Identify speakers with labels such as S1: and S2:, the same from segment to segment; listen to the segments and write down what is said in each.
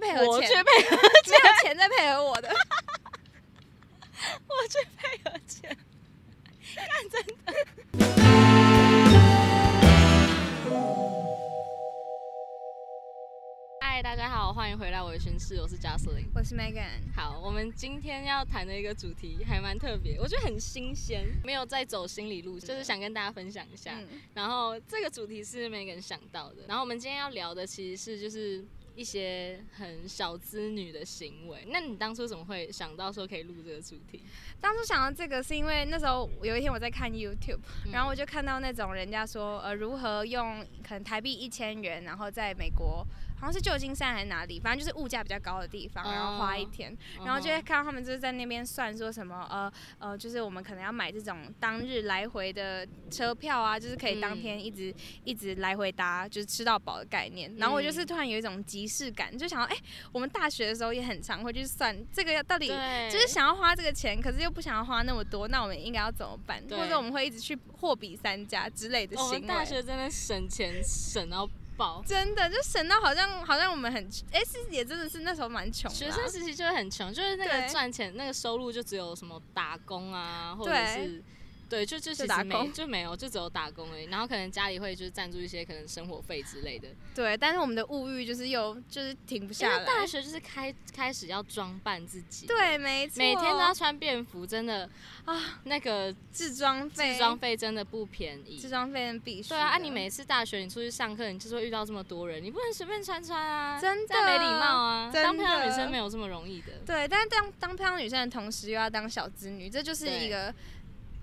S1: 配合
S2: 我去
S1: 钱，
S2: 配合，
S1: 没有钱在配合我的。
S2: 我去配合钱，看真的。嗨，大家好，欢迎回来我的巡视，我是 Jocelyn。
S1: 我是 Megan，
S2: 好，我们今天要谈的一个主题还蛮特别，我觉得很新鲜，没有在走心理路线，就是想跟大家分享一下。
S1: 嗯，
S2: 然后这个主题是每个人想到的。然后我们今天要聊的其实是就是一些很小资女的行为。那你当初怎么会想到说可以录这个主题？
S1: 当初想到这个是因为那时候有一天我在看 YouTube，、
S2: 嗯
S1: 然后我就看到那种人家说呃如何用可能台币一千元，然后在美国好像是旧金山还是哪里，反正就是物价比较高的地方，然后花一
S2: 哦
S1: 天。然后就会看到他们就是在那边算说什么呃呃，就是我们可能要买这种当日来回的车票啊，就是可以当
S2: 嗯
S1: 天一直、一直来回搭，就是吃到饱的概念。然后我就是
S2: 嗯
S1: 突然有一种即视感，就想到哎、我们大学的时候也很常会去算这个要到底
S2: 对，
S1: 就是想要花这个钱，可是又不想要花那么多，那我们应该要怎么办？
S2: 对
S1: 或者我们会一直去货比三家之类的
S2: 我
S1: 行
S2: 们
S1: 为。
S2: 大学真的省钱省到爆。
S1: 真的就省到好像好像我们很哎、是也真的是那时候蛮穷的啊，
S2: 学生时期就会很穷，就是那个
S1: 对
S2: 赚钱那个收入就只有什么打工啊，或者
S1: 对
S2: 是对，就就其
S1: 就打
S2: 实没
S1: 工
S2: 就没有，就只有打工而已。然后可能家里会就是赞助一些可能生活费之类的。
S1: 对，但是我们的物欲就是又就是停不
S2: 因
S1: 下
S2: 为
S1: 来。
S2: 大学就是开开始要装扮自己，，
S1: 对，没错，啊
S2: 每天都要穿便服，真的啊，那个
S1: 置装费，
S2: 制装费真的不便宜
S1: 置。装费是必须的。
S2: 对啊，啊你每次大学你出去上课，你就是会遇到这么多人，你不能随便穿穿啊，
S1: 真
S2: 这样没
S1: 的
S2: 礼貌啊。
S1: 真
S2: 当漂亮女
S1: 的
S2: 生没有这么容易的。
S1: 对，但是当当漂亮女生的同时，又要当小资女，这就是
S2: 对
S1: 一个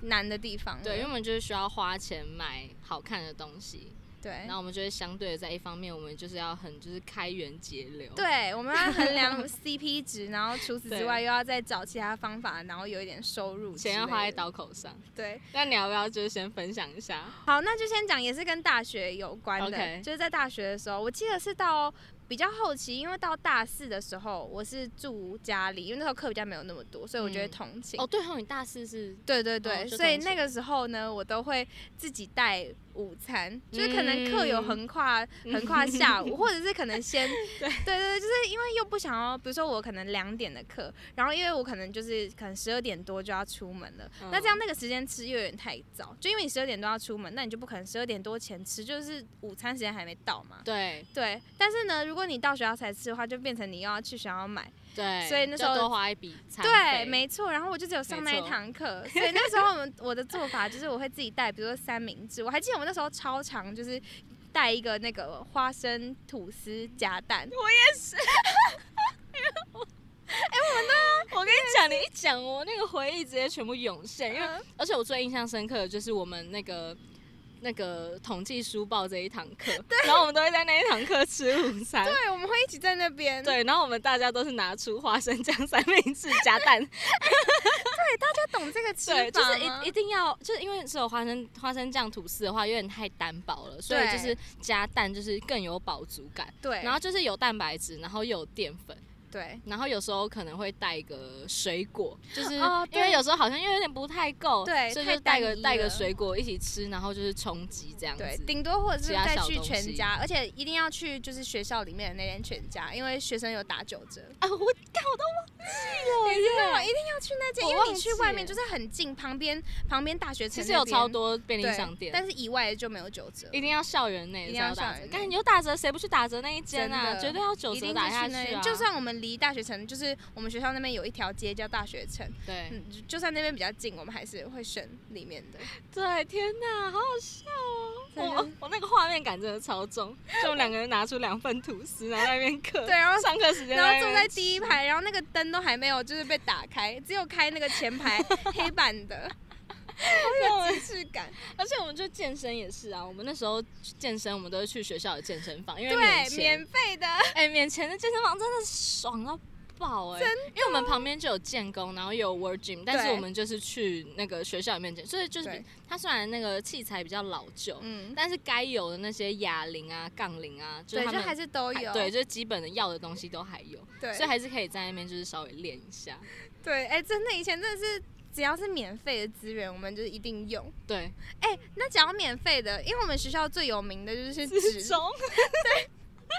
S1: 难的地方了。
S2: 对，因为我们就是需要花钱买好看的东西，
S1: 对
S2: 然后我们就会相对的在一方面，我们就是要很就是开源节流。
S1: 对，我们要衡量 CP 值，然后除此之
S2: 对
S1: 外，又要再找其他方法，然后有一点收入。
S2: 钱要花在。刀口上，
S1: 对，
S2: 那你要不要就是先分享一下？
S1: 好，那就先讲，也是跟大学有关的
S2: OK
S1: 就是在大学的时候，我记得是到比较后期，因为到大四的时候，我是住家里，因为那时候课比较没有那么多，所以我就会
S2: 嗯
S1: 同寝。
S2: 哦，对哦，你大四是
S1: 对对对，
S2: 就
S1: 所以
S2: 同
S1: 那
S2: 寝
S1: 个时候呢，我都会自己带午餐，就是可能课有横跨、横跨下午，或者是可能先
S2: 嗯
S1: 对
S2: 对
S1: 对，就是因为又不想要，比如说我可能两点的课，然后因为我可能就是可能十二点多就要出门了，
S2: 嗯
S1: 那这样那个时间吃又有点太早，就因为你十二点多要出门，那你就不可能十二点多前吃，就是午餐时间还没到嘛。
S2: 嗯对
S1: 对，但是呢，如果你到学校才吃的话，就变成你又要去学校买，
S2: 对，
S1: 所以那
S2: 就
S1: 时候
S2: 多花一笔餐
S1: 对，
S2: 费
S1: 没错。然后我就只有上那
S2: 没
S1: 一
S2: 错
S1: 堂课，所以那时候我们我的做法就是我会自己带，比如说三明治。我还记得我那时候超常就是带一个那个花生吐司夹蛋，
S2: 我跟你讲，你一讲，我那个回忆直接全部涌现，因为
S1: 嗯
S2: 而且我最印象深刻的就是我们那个。那个统计书报这一堂课，然后我们都会在那一堂课吃午餐，
S1: 对，我们会一起在那边，
S2: 对，然后我们大家都是拿出花生酱、三明治加蛋，
S1: 他懂这个 吃
S2: 对，就
S1: 法
S2: 是
S1: 吗
S2: 一一定要，就是因为只有花生花生酱吐司的话，有点太单薄了，所以就
S1: 对
S2: 是加蛋就是更有饱足感，
S1: 对，
S2: 然后就是有蛋白质，然后又有淀粉，
S1: 对
S2: 然后有时候可能会带一个水果，就是
S1: 哦
S2: 因为
S1: 对
S2: 有时候好像又有点不太够，
S1: 对
S2: 所以
S1: 太
S2: 就带个
S1: 单一
S2: 带个
S1: 了
S2: 水果一起吃，然后就是充饥这样子。
S1: 对，顶多或者是
S2: 其他
S1: 再
S2: 小
S1: 去
S2: 东西
S1: 全家，而且一定要去就是学校里面的那间全家，因为学生有打九折。
S2: 啊，我看我都 忘记
S1: 你知道
S2: 了
S1: 吗？
S2: 哦耶。
S1: 一定要去那间，
S2: 我
S1: 因为
S2: 忘
S1: 你
S2: 记
S1: 去外面
S2: 耶
S1: 就是很近，旁边旁边大学城
S2: 其实
S1: 那
S2: 有超
S1: 边
S2: 多便利
S1: 对
S2: 商店，
S1: 但是以外就没有九折。
S2: 一定要校园内
S1: 一
S2: 是
S1: 定要校
S2: 打折
S1: 园，内
S2: 看有打折谁不去打折那一间
S1: 真
S2: 啊？
S1: 的
S2: 绝对要九
S1: 一
S2: 折
S1: 定
S2: 打
S1: 是那
S2: 下去
S1: 边
S2: 啊！
S1: 就算我们离大学城，就是我们学校那边有一条街叫大学城，
S2: 对
S1: 嗯，就就算那边比较近，我们还是会选里面的。
S2: 对，天哪，好好笑哦！
S1: 对
S2: 我我那个画面感真的超重，就我们两个人拿出两份吐司，然后在那边嗑，
S1: 对，然后
S2: 上课时间
S1: 然后
S2: 那
S1: 坐
S2: 边
S1: 在第一排，然后那个灯都还没有就是被打开，只有开那个前 排黑板的，好有即视感。
S2: 而且我们就健身也是啊，我们那时候健身，我们都是去学校的健身房，因为免
S1: 对，
S2: 钱，
S1: 免 费的，
S2: 哎、免钱的健身房真的爽到爆哎、因为我们旁边就有建工，然后也有 w o r d Gym，但是
S1: 对
S2: 我们就是去那个学校里面健，所以就是比
S1: 对
S2: 它虽然那个器材比较老旧，
S1: 嗯，
S2: 但是该有的那些哑铃啊、杠铃啊，就是
S1: 对，
S2: 他
S1: 就
S2: 们
S1: 还是都有，
S2: 对，就是基本的要的东西都还有，所以
S1: 对
S2: 还是可以在那边就是稍微练一下，
S1: 对，哎，真的以前真的是。只要是免费的资源，我们就一定用。
S2: 对，
S1: 哎、那讲到免费的，因为我们学校最有名的就是纸
S2: 中
S1: 自重哎，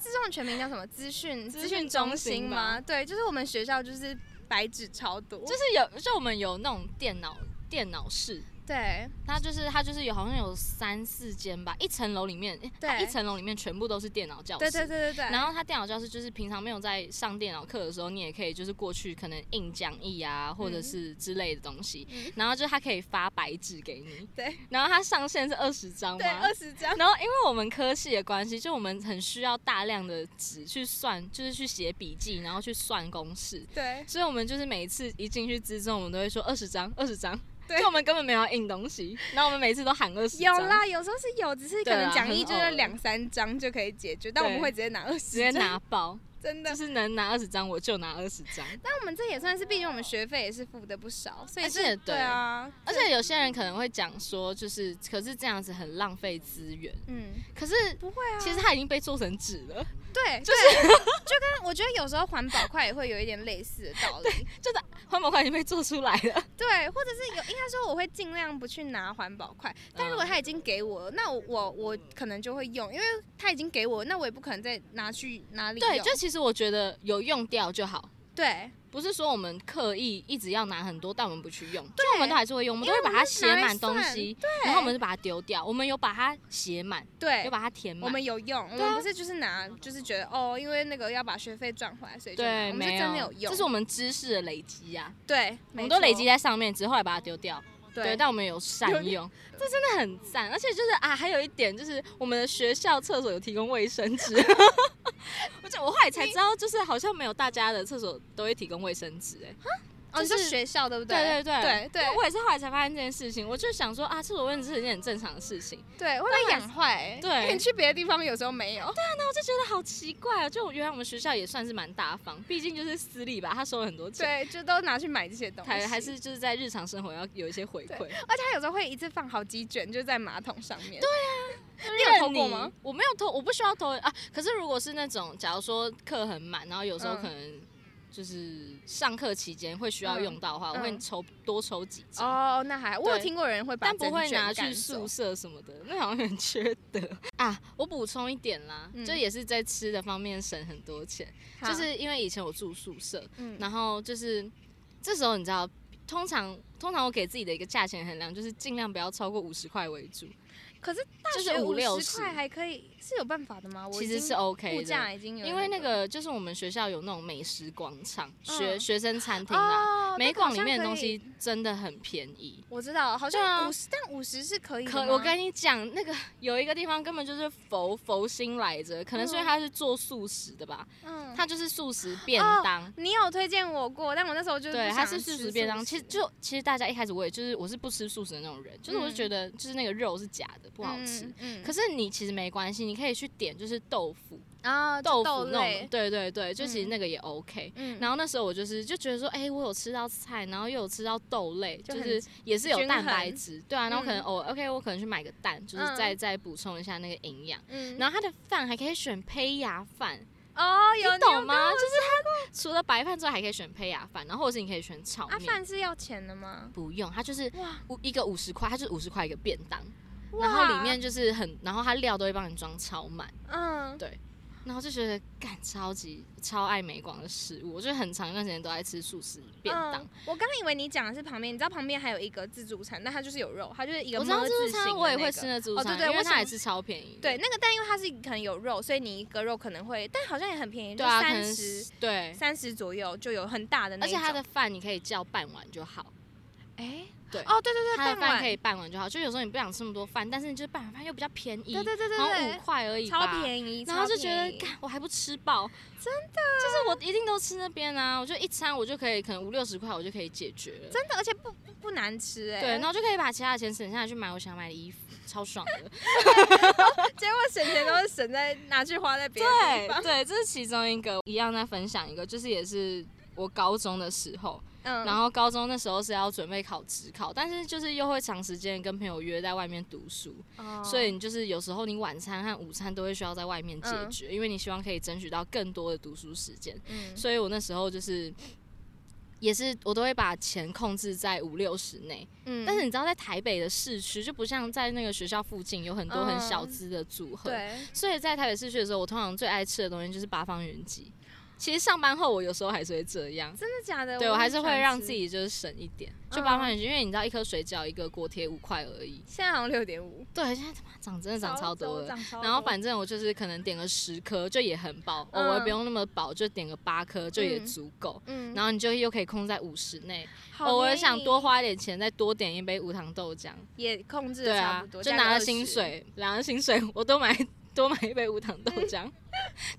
S1: 自重的全名叫什么？资讯
S2: 资
S1: 资
S2: 讯
S1: 讯
S2: 中
S1: 中
S2: 心
S1: 心
S2: 吧
S1: 吗？对，就是我们学校就是白纸超多，
S2: 就是有，就我们有那种电脑电脑室，
S1: 对
S2: 它就是它就是有好像有三四间吧，一层楼里面，诶它
S1: 对
S2: 一层楼里面全部都是电脑教室。
S1: 对对对对对，
S2: 然后它电脑教室就是平常没有在上电脑课的时候，你也可以就是过去可能印讲义啊，或者是之类的东西。
S1: 嗯
S2: 然后就是它可以发白纸给你，
S1: 对。
S2: 然后它上限是二十张
S1: 对
S2: 嘛
S1: 二。十张，
S2: 然后，因为我们科系的关系，就我们很需要大量的纸去算，就是去写笔记，然后去算公式。
S1: 对
S2: 所以我们就是每一次一进去之中，我们都会说二十张，二十张，
S1: 对
S2: 就我们根本没有要印东西，然后我们每次都喊二十
S1: 有
S2: 张，
S1: 啦，有时候是有，只是可
S2: 对
S1: 能
S2: 啦
S1: 讲
S2: 很
S1: 义就
S2: 偶
S1: 是
S2: 尔
S1: 两三张就可以解决，但我们
S2: 对
S1: 会直接拿二
S2: 直
S1: 十
S2: 接
S1: 张，
S2: 拿包，
S1: 真的
S2: 就。是能拿二十张我就拿二十张，
S1: 但我们这也算是，毕竟我们学费也是付的不少，所以
S2: 而且
S1: 这
S2: 对
S1: 对啊，
S2: 而且有些人可能会讲说，就是可是这样子很浪费资源，
S1: 嗯，
S2: 可是
S1: 不会啊，
S2: 其实它已经被做成纸 了，
S1: 对， 就是就跟我觉得有时候环保块也会有一点类似的道理，
S2: 就是环保筷已经被做出来 了，
S1: 对，或者是有应该说我会尽量不去拿环保筷，但如果他已经给我了，那我我我可能就会用，因为他已经给我，那我也不可能再拿去哪里用。
S2: 对，就其实我觉得有用掉就好。
S1: 对，
S2: 不是说我们刻意一直要拿很多，但我们不去用，
S1: 哎
S2: 就我们都还是会用，我们都会把它写满东西，然后我们就把它丢掉。我们有把它写满，有
S1: 对，
S2: 把它填满。
S1: 我们有用，我
S2: 对啊
S1: 们不是就是拿，就是觉得哦，因为那个要把学费赚回来，所以就拿
S2: 对，
S1: 我们
S2: 没
S1: 是真的有用，
S2: 这是我们知识的累积啊，
S1: 对，
S2: 我
S1: 没
S2: 们都累积
S1: 错
S2: 在上面，只是后来把它丢掉。对，
S1: 对
S2: 但我们有善
S1: 有
S2: 用，这真的很赞。而且就是啊，还有一点就是我们的学校厕所有提供卫生纸，我就我后来 才知道，就是好像没有大家的厕所都会提供卫生纸，哎，
S1: 哦，你说
S2: 就是
S1: 学校对不
S2: 对对
S1: 对
S2: 对
S1: 对对
S2: 我也是后来才发现这件事情，我就想说啊，厕所卫生纸是一件很正常的事情，
S1: 对，会被养坏欸，
S2: 对
S1: 因为你去别的地方有时候没有，
S2: 我就觉得好奇怪啊！就原来我们学校也算是蛮大方，毕竟就是私立吧，他收了很多钱，
S1: 对，就都拿去买这些东西，
S2: 还还是就是在日常生活要有一些回馈。
S1: 而且他有时候会一次放好几卷，就在马桶上面。对啊，
S2: 因
S1: 你
S2: 为
S1: 有偷过吗？？
S2: 我没有偷，我不需要偷啊。可是如果是那种，假如说课很满，然后有时候
S1: 嗯
S2: 可能就是上课期间会需要用到的话，
S1: 嗯
S2: 我会抽多抽几张。
S1: 哦，那还好我有
S2: 对
S1: 听过有人会把
S2: 但
S1: 整卷
S2: 不会拿去
S1: 赶
S2: 宿
S1: 走，
S2: 舍什么的，那好像很缺德啊！我补充一点啦，
S1: 嗯
S2: 就也是在吃的方面省很多钱，
S1: 好
S2: 就是因为以前我住宿舍，
S1: 嗯
S2: 然后就是这时候你知道，通常通常我给自己的一个价钱衡量就是尽量不要超过五十块为主，
S1: 可是大
S2: 就是
S1: 学
S2: 五六
S1: 十块还可以，是有办法的吗？我
S2: 其
S1: 已
S2: 实
S1: 经
S2: 是 OK
S1: 物
S2: 的。
S1: 价已经有
S2: 因为那
S1: 那
S2: 个就是我们学校有那种美食广场，学
S1: 嗯
S2: 学生餐厅啊，
S1: 哦，
S2: 美
S1: 那个好
S2: 广里
S1: 像
S2: 面的
S1: 可
S2: 东
S1: 以
S2: 西。真的很便宜。
S1: 我知道，好
S2: 对啊
S1: 像五十，但五十是可以的
S2: 可
S1: 吗。
S2: 我跟你讲，那个 有一个地方根本就是佛佛心来着，可能是因为
S1: 嗯
S2: 他是做素食的吧，
S1: 嗯，
S2: 他就是素食便当。
S1: 你有推荐我过，但我那时候就是
S2: 对，
S1: 不
S2: 它
S1: 想
S2: 是素
S1: 吃
S2: 食便当。其实
S1: 食
S2: 就其实大家一开始我也就是我是不吃素食的那种人，就是我就
S1: 嗯
S2: 觉得就是那个肉是假的，不好吃。
S1: 嗯，嗯
S2: 可是你其实没关系，你可以去点就是豆腐，
S1: 啊就
S2: 豆
S1: 豆
S2: 腐那种，
S1: 类，
S2: 对对对，就其实
S1: 嗯
S2: 那个也 OK。
S1: 嗯
S2: 然后那时候我就是就觉得说，哎、我有吃到菜，然后又有吃到豆类，
S1: 就
S2: 就
S1: 很
S2: 是也是有
S1: 均
S2: 蛋白
S1: 衡
S2: 质，对啊。然后可能
S1: 嗯
S2: 偶尔 OK，我可能去买个蛋，就是
S1: 嗯
S2: 再再补充一下那个营养。
S1: 嗯，
S2: 然后它的饭还可以选胚芽饭，
S1: 哦，有
S2: 你懂？吗？就是它除了白饭之外，还可以选胚芽饭，然后或者是你可以选炒
S1: 有啊，
S2: 面。
S1: 饭是要钱的吗？
S2: 不用，它就是
S1: 哇
S2: 五一个五十块，它就是五十块一个便当，
S1: 哇
S2: 然后里面就是很，然后它料都会帮你装超满，
S1: 嗯，
S2: 然后就觉得干超级超爱美广的食物，我就很长一段时间都在吃素食便当。
S1: 嗯我刚以为你讲的是旁边，你知道旁边还有一个自助餐，但它就是有肉，它就是一个
S2: 我知道
S1: 么
S2: 自
S1: 字
S2: 助
S1: 形的
S2: 餐
S1: 那
S2: 我也会
S1: 个
S2: 吃。那自助
S1: 哦
S2: 餐，
S1: 对对
S2: 因为
S1: 我
S2: 它
S1: 想
S2: 也是超便宜的。
S1: 对，那个但因为它是可能有肉，所以你一个肉可能会，但好像也很便宜，
S2: 对啊，可
S1: 三
S2: 能
S1: 十
S2: 是对，
S1: 三十左右就有很大的那
S2: 而
S1: 一
S2: 且
S1: 种。
S2: 它的饭你可以叫半碗就好，
S1: 哎，
S2: 对
S1: 哦，对对对，
S2: 它
S1: 半
S2: 的饭
S1: 碗
S2: 可以半碗就好。就有时候你不想吃那么多饭，但是你就是半碗饭又比较便宜，
S1: 对对对对
S2: 好像五
S1: 对，
S2: 块而已吧，
S1: 超便宜，
S2: 然后
S1: 超
S2: 就觉得
S1: 便宜，
S2: 干，我还不吃饱，真的，就是我一定都吃那边啊，我就一餐我就可以，可能五六十块我就可以解决了，
S1: 真的，而且不不不难吃哎。
S2: 对，然后就可以把其他的钱省下来去买我想买的衣服，超爽 的，
S1: 结果省钱都是省在拿去花在别的地
S2: 对
S1: 方。
S2: 对，这是其中一个，一样再分享一个，就是也是我高中的时候，
S1: 嗯，
S2: 然后高中那时候是要准备考职考，但是就是又会长时间跟朋友约在外面读书，
S1: 哦
S2: 所以你就是有时候你晚餐和午餐都会需要在外面解
S1: 嗯
S2: 决，因为你希望可以争取到更多的读书时间。
S1: 嗯
S2: 所以我那时候就是也是我都会把钱控制在五六十内。
S1: 嗯
S2: 但是你知道，在台北的市区就不像在那个学校附近有很多很小资的组
S1: 嗯
S2: 合，
S1: 对，
S2: 所以在台北市区的时候，我通常最爱吃的东西就是八方云集。其实上班后我有时候还是会这样，
S1: 真的假的？
S2: 对我还是
S1: 很
S2: 会
S1: 喜欢
S2: 让
S1: 吃
S2: 自。己就是省一点，就
S1: 嗯
S2: 八方云集，因为你知道一颗水饺一个锅贴五块而已。
S1: 现在好像六点五，
S2: 对，现在他妈涨真的涨超多了。
S1: 涨超
S2: 然后
S1: 多
S2: 反正我就是可能点个十颗就也很饱，偶
S1: 嗯
S2: 尔不用那么饱，就点个八颗就也
S1: 嗯
S2: 足够。
S1: 嗯，
S2: 然后你就又可以控在五十内，
S1: 好
S2: 偶尔
S1: 便
S2: 想
S1: 宜
S2: 多花一点钱，再多点一杯无糖豆浆。
S1: 也控制
S2: 对
S1: 的差
S2: 啊
S1: 不多，，
S2: 就
S1: 加个
S2: 拿了
S1: 20
S2: 薪。水，拿了薪水，我多买多买一杯无糖豆 浆，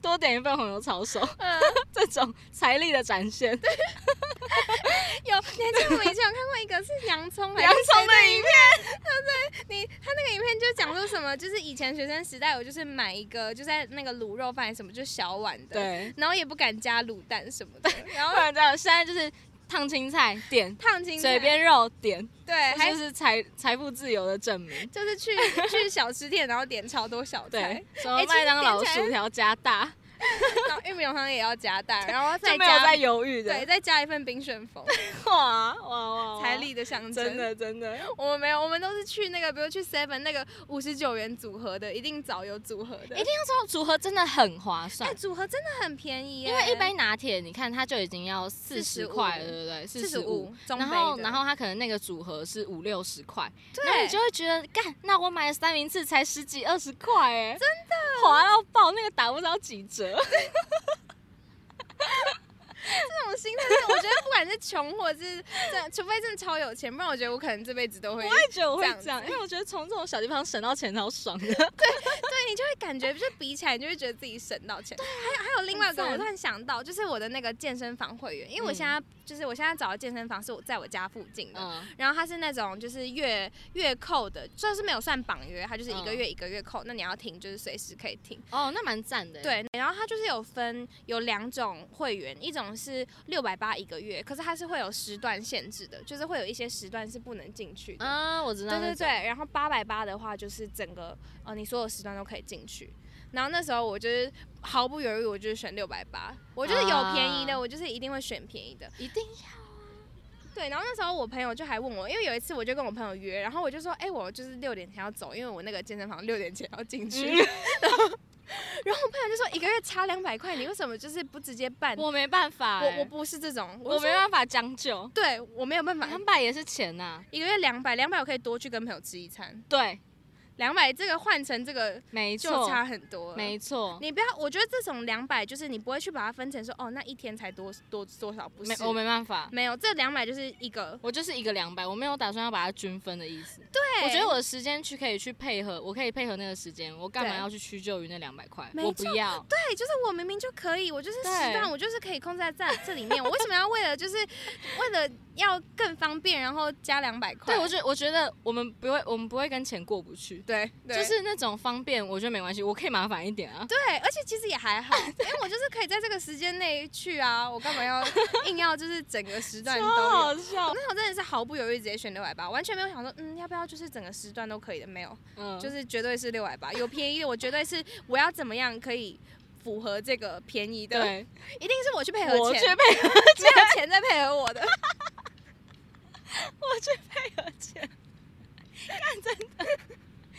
S2: 多点一份红油抄手，
S1: 嗯，
S2: 这种财力的展现。
S1: 有，你还记得我以前有看过一个是洋葱 来
S2: 洋葱的影片，
S1: 你他那个影片就讲说什么，就是以前学生时代，我就是买一个就在那个卤肉饭什么，就小碗的，，
S2: 对，
S1: 然后也不敢加卤蛋什么的，然
S2: 不
S1: 后
S2: 然这样，现在就是烫青菜点，
S1: 烫青菜
S2: 嘴边肉点，
S1: 对，
S2: 这
S1: 还
S2: 就是财财富自由的证明。
S1: 就是去去小吃店，然后点超多小菜
S2: 对，，什么
S1: 欸其实
S2: 麦当劳
S1: 点起来
S2: 薯条加大，
S1: 然后玉米浓汤也要加蛋，然后再
S2: 就没有
S1: 加
S2: 在犹豫
S1: 对，
S2: 的。
S1: 再加一份冰旋风，
S2: 哇哇哇哇
S1: 财力的象征。
S2: 哦真，的真的，
S1: 我们没有，我们都是去那个，比如去 Seven 那个五十九元组合的，一定找有组合的，
S2: 一定要这种组合真的很划
S1: 哎、
S2: 算。
S1: 组合真的很便宜耶，
S2: 因为一杯拿铁，你看它就已经要四十
S1: 45
S2: 块了，对不对？
S1: 四
S2: 四
S1: 十
S2: 十五。
S1: 五，中
S2: 然
S1: 杯
S2: 后，
S1: 的
S2: 然后它可能那个组合是五六十块，然后
S1: 对，
S2: 你就会觉得，干，那我买的三明治才十几二十块，哎，真的划到爆，那个打不到几折。
S1: 这种心态是，我觉得不管是穷或者是这样，除非真的超有钱，不然我觉得我可能这辈子都会。
S2: 我也觉得我会
S1: 这样
S2: 这样，
S1: 子
S2: 因为我觉得从这种小地方省到钱超爽的。
S1: 对你就会感觉，就是比起来，你就会觉得自己省到钱。还有还有另外一个，
S2: 啊很赞
S1: 我突然想到，就是我的那个健身房会员，因为我现在、就是我现在找的健身房是我在我家附近的。
S2: 嗯，
S1: 然后它是那种就是月月扣的，就是没有算绑约，它就是一个
S2: 嗯
S1: 月一个月扣，那你要停就是随时可以停。
S2: 哦，那蛮赞的。，
S1: 对，然后它就是有分有两种会员，一种是六百八一个月，可是它是会有时段限制的，就是会有一些时段是不能进去的。
S2: 啊，我知道
S1: 对
S2: 那
S1: 对
S2: 种。
S1: 对，然后八百八的话就是整个呃你所有时段都可以进去。然后那时候我就是毫不犹豫，我就是选六百八，我就是有便宜的，
S2: 啊
S1: 我就是一定会选便宜的。
S2: 一定啊
S1: 对，然后那时候我朋友就还问我，因为有一次我就跟我朋友约，然后我就说，哎、我就是六点前要走，因为我那个健身房六点前要进去。
S2: 嗯
S1: 然后，然后我朋友就说，一个月差两百块，你为什么就是不直接办？
S2: 要，我没办法欸，
S1: 我我不是这种，
S2: 我没
S1: 有，
S2: 办法将就，
S1: 对我没有办法，
S2: 两百也是钱啊呐。
S1: 一个月两百，两百我可以多去跟朋友吃一餐，
S2: 对，
S1: 两百这个换成这个
S2: 没
S1: 就
S2: 错，
S1: 差很多了。
S2: 没错。
S1: 你不要，我觉得这种两百就是你不会去把它分成说，哦，那一天才多多多少，不是
S2: 没，我没办法，
S1: 没有这两百就是一个，
S2: 我就是一个两百，我没有打算要把它均分的意思。
S1: 对，
S2: 我觉得我的时间去可以去配合，我可以配合那个时间，我干嘛
S1: 对
S2: 要去屈就于那两百块？
S1: 没
S2: 我不要。
S1: 对，就是我明明就可以，我就是时
S2: 对
S1: 段，我就是可以控制在这这里面，我为什么要为了就是为了要更方便，然后加两百块？
S2: 对，我觉我觉得我们不会，我们不会跟钱过不去，
S1: 对，对
S2: 就是那种方便，我觉得没关系，我可以麻烦一点啊。
S1: 对，而且其实也还好，因为我就是可以在这个时间内去啊，我干嘛要硬要就是整个时段都
S2: 超
S1: 有？
S2: 好笑
S1: 我，哦那时候真的是毫不犹豫直接选六百八，完全没有想说，嗯，要不要就是整个时段都可以的？没有，
S2: 嗯，
S1: 就是绝对是六百八，有便宜的，我绝对是我要怎么样可以符合这个便宜的，
S2: 对，
S1: 一定是我去配合
S2: 我
S1: 钱
S2: 去，配合，
S1: 没有钱在配合我的。
S2: 我去配合钱。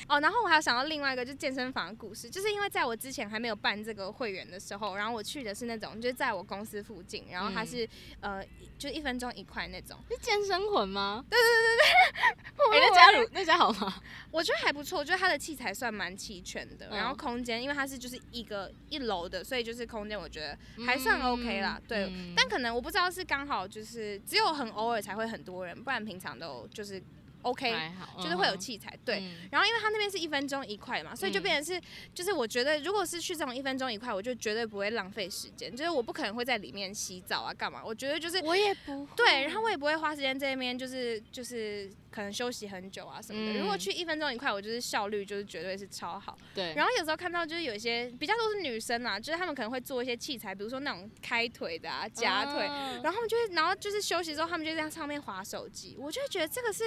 S1: 哦，然后我还有想到另外一个，就是健身房的故事，就是因为在我之前还没有办这个会员的时候，然后我去的是那种，就是在我公司附近，然后它
S2: 嗯
S1: 是、呃，就一分钟一块那种，
S2: 是健身魂吗？
S1: 我
S2: 哎，那家如那家好 吗？
S1: 我觉得还不错，我觉得它的器材算蛮齐全的，然后
S2: 嗯
S1: 空间，因为它是就是一个一楼的，所以就是空间我觉得还算 OK 啦，
S2: 嗯
S1: 对。
S2: 嗯
S1: 但可能我不知道是刚好就是只有很偶尔才会很多人，不然平常都就是 OK，
S2: 还好，
S1: 就是会有
S2: 嗯
S1: 器材，对。，
S2: 嗯
S1: 然后因为他那边是一分钟一块嘛，所以就
S2: 嗯
S1: 变成是，就是我觉得如果是去这种一分钟一块，我就绝对不会浪费时间，就是我不可能会在里面洗澡啊干嘛，我觉得就是
S2: 我也不
S1: 对，然后我也不会花时间在那边就是就是可能休息很久啊什么的。如果
S2: 嗯
S1: 去一分钟一块，我就是效率就是绝对是超好。
S2: 对，
S1: 然后有时候看到就是有一些比较多是女生啊，就是她们可能会做一些器材，比如说那种开腿的啊、夹腿，
S2: 啊
S1: 然后他们就会，然后就是休息之后，他们就在上面划手机，我就会觉得这个是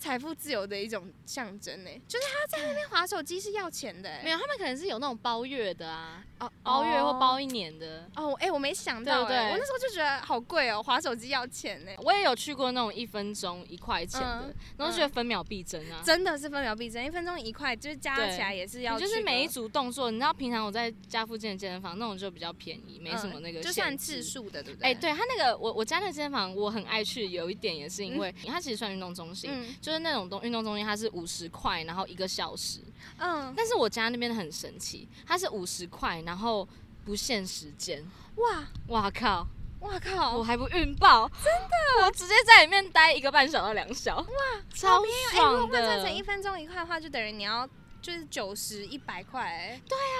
S1: 财富自由的一种象征呢、就是他在那边划手机是要钱的、欸，
S2: 没有，他们可能是有那种包月的啊，
S1: 哦
S2: 包月或包一年的。
S1: 哦，哎、我没想到、
S2: 对不对
S1: 欸，我那时候就觉得好贵哦、划手机要钱呢、
S2: 我也有去过那种一分钟一块钱的
S1: 嗯，
S2: 然后就觉得分秒必争啊。
S1: 真的是分秒必争，一分钟一块，就是加
S2: 对
S1: 起来也是要
S2: 你
S1: 去
S2: 就
S1: 个，
S2: 是每一组动作，你知道平常我在家附近的健身房那种就比较便宜，没什么那个、
S1: 嗯就算次。数的，对不对？
S2: 哎、，对他那个我我家那健身房我很爱去，有一点也是因为、它其实算运动中心，
S1: 嗯
S2: 就是那种东运动中心它是五十块，然后一个小时。
S1: 嗯，
S2: 但是我家那边很神奇，它是五十块，然后不限时间。
S1: 哇
S2: 哇靠！
S1: 哇靠
S2: 我，还不运爆，真的，我直接在里面待一个半小到两小，哇，
S1: 哎、如果
S2: 超爽
S1: 换算
S2: 的。
S1: 成一分钟一块的话，就等于你要就是九十一百块、欸，对啊，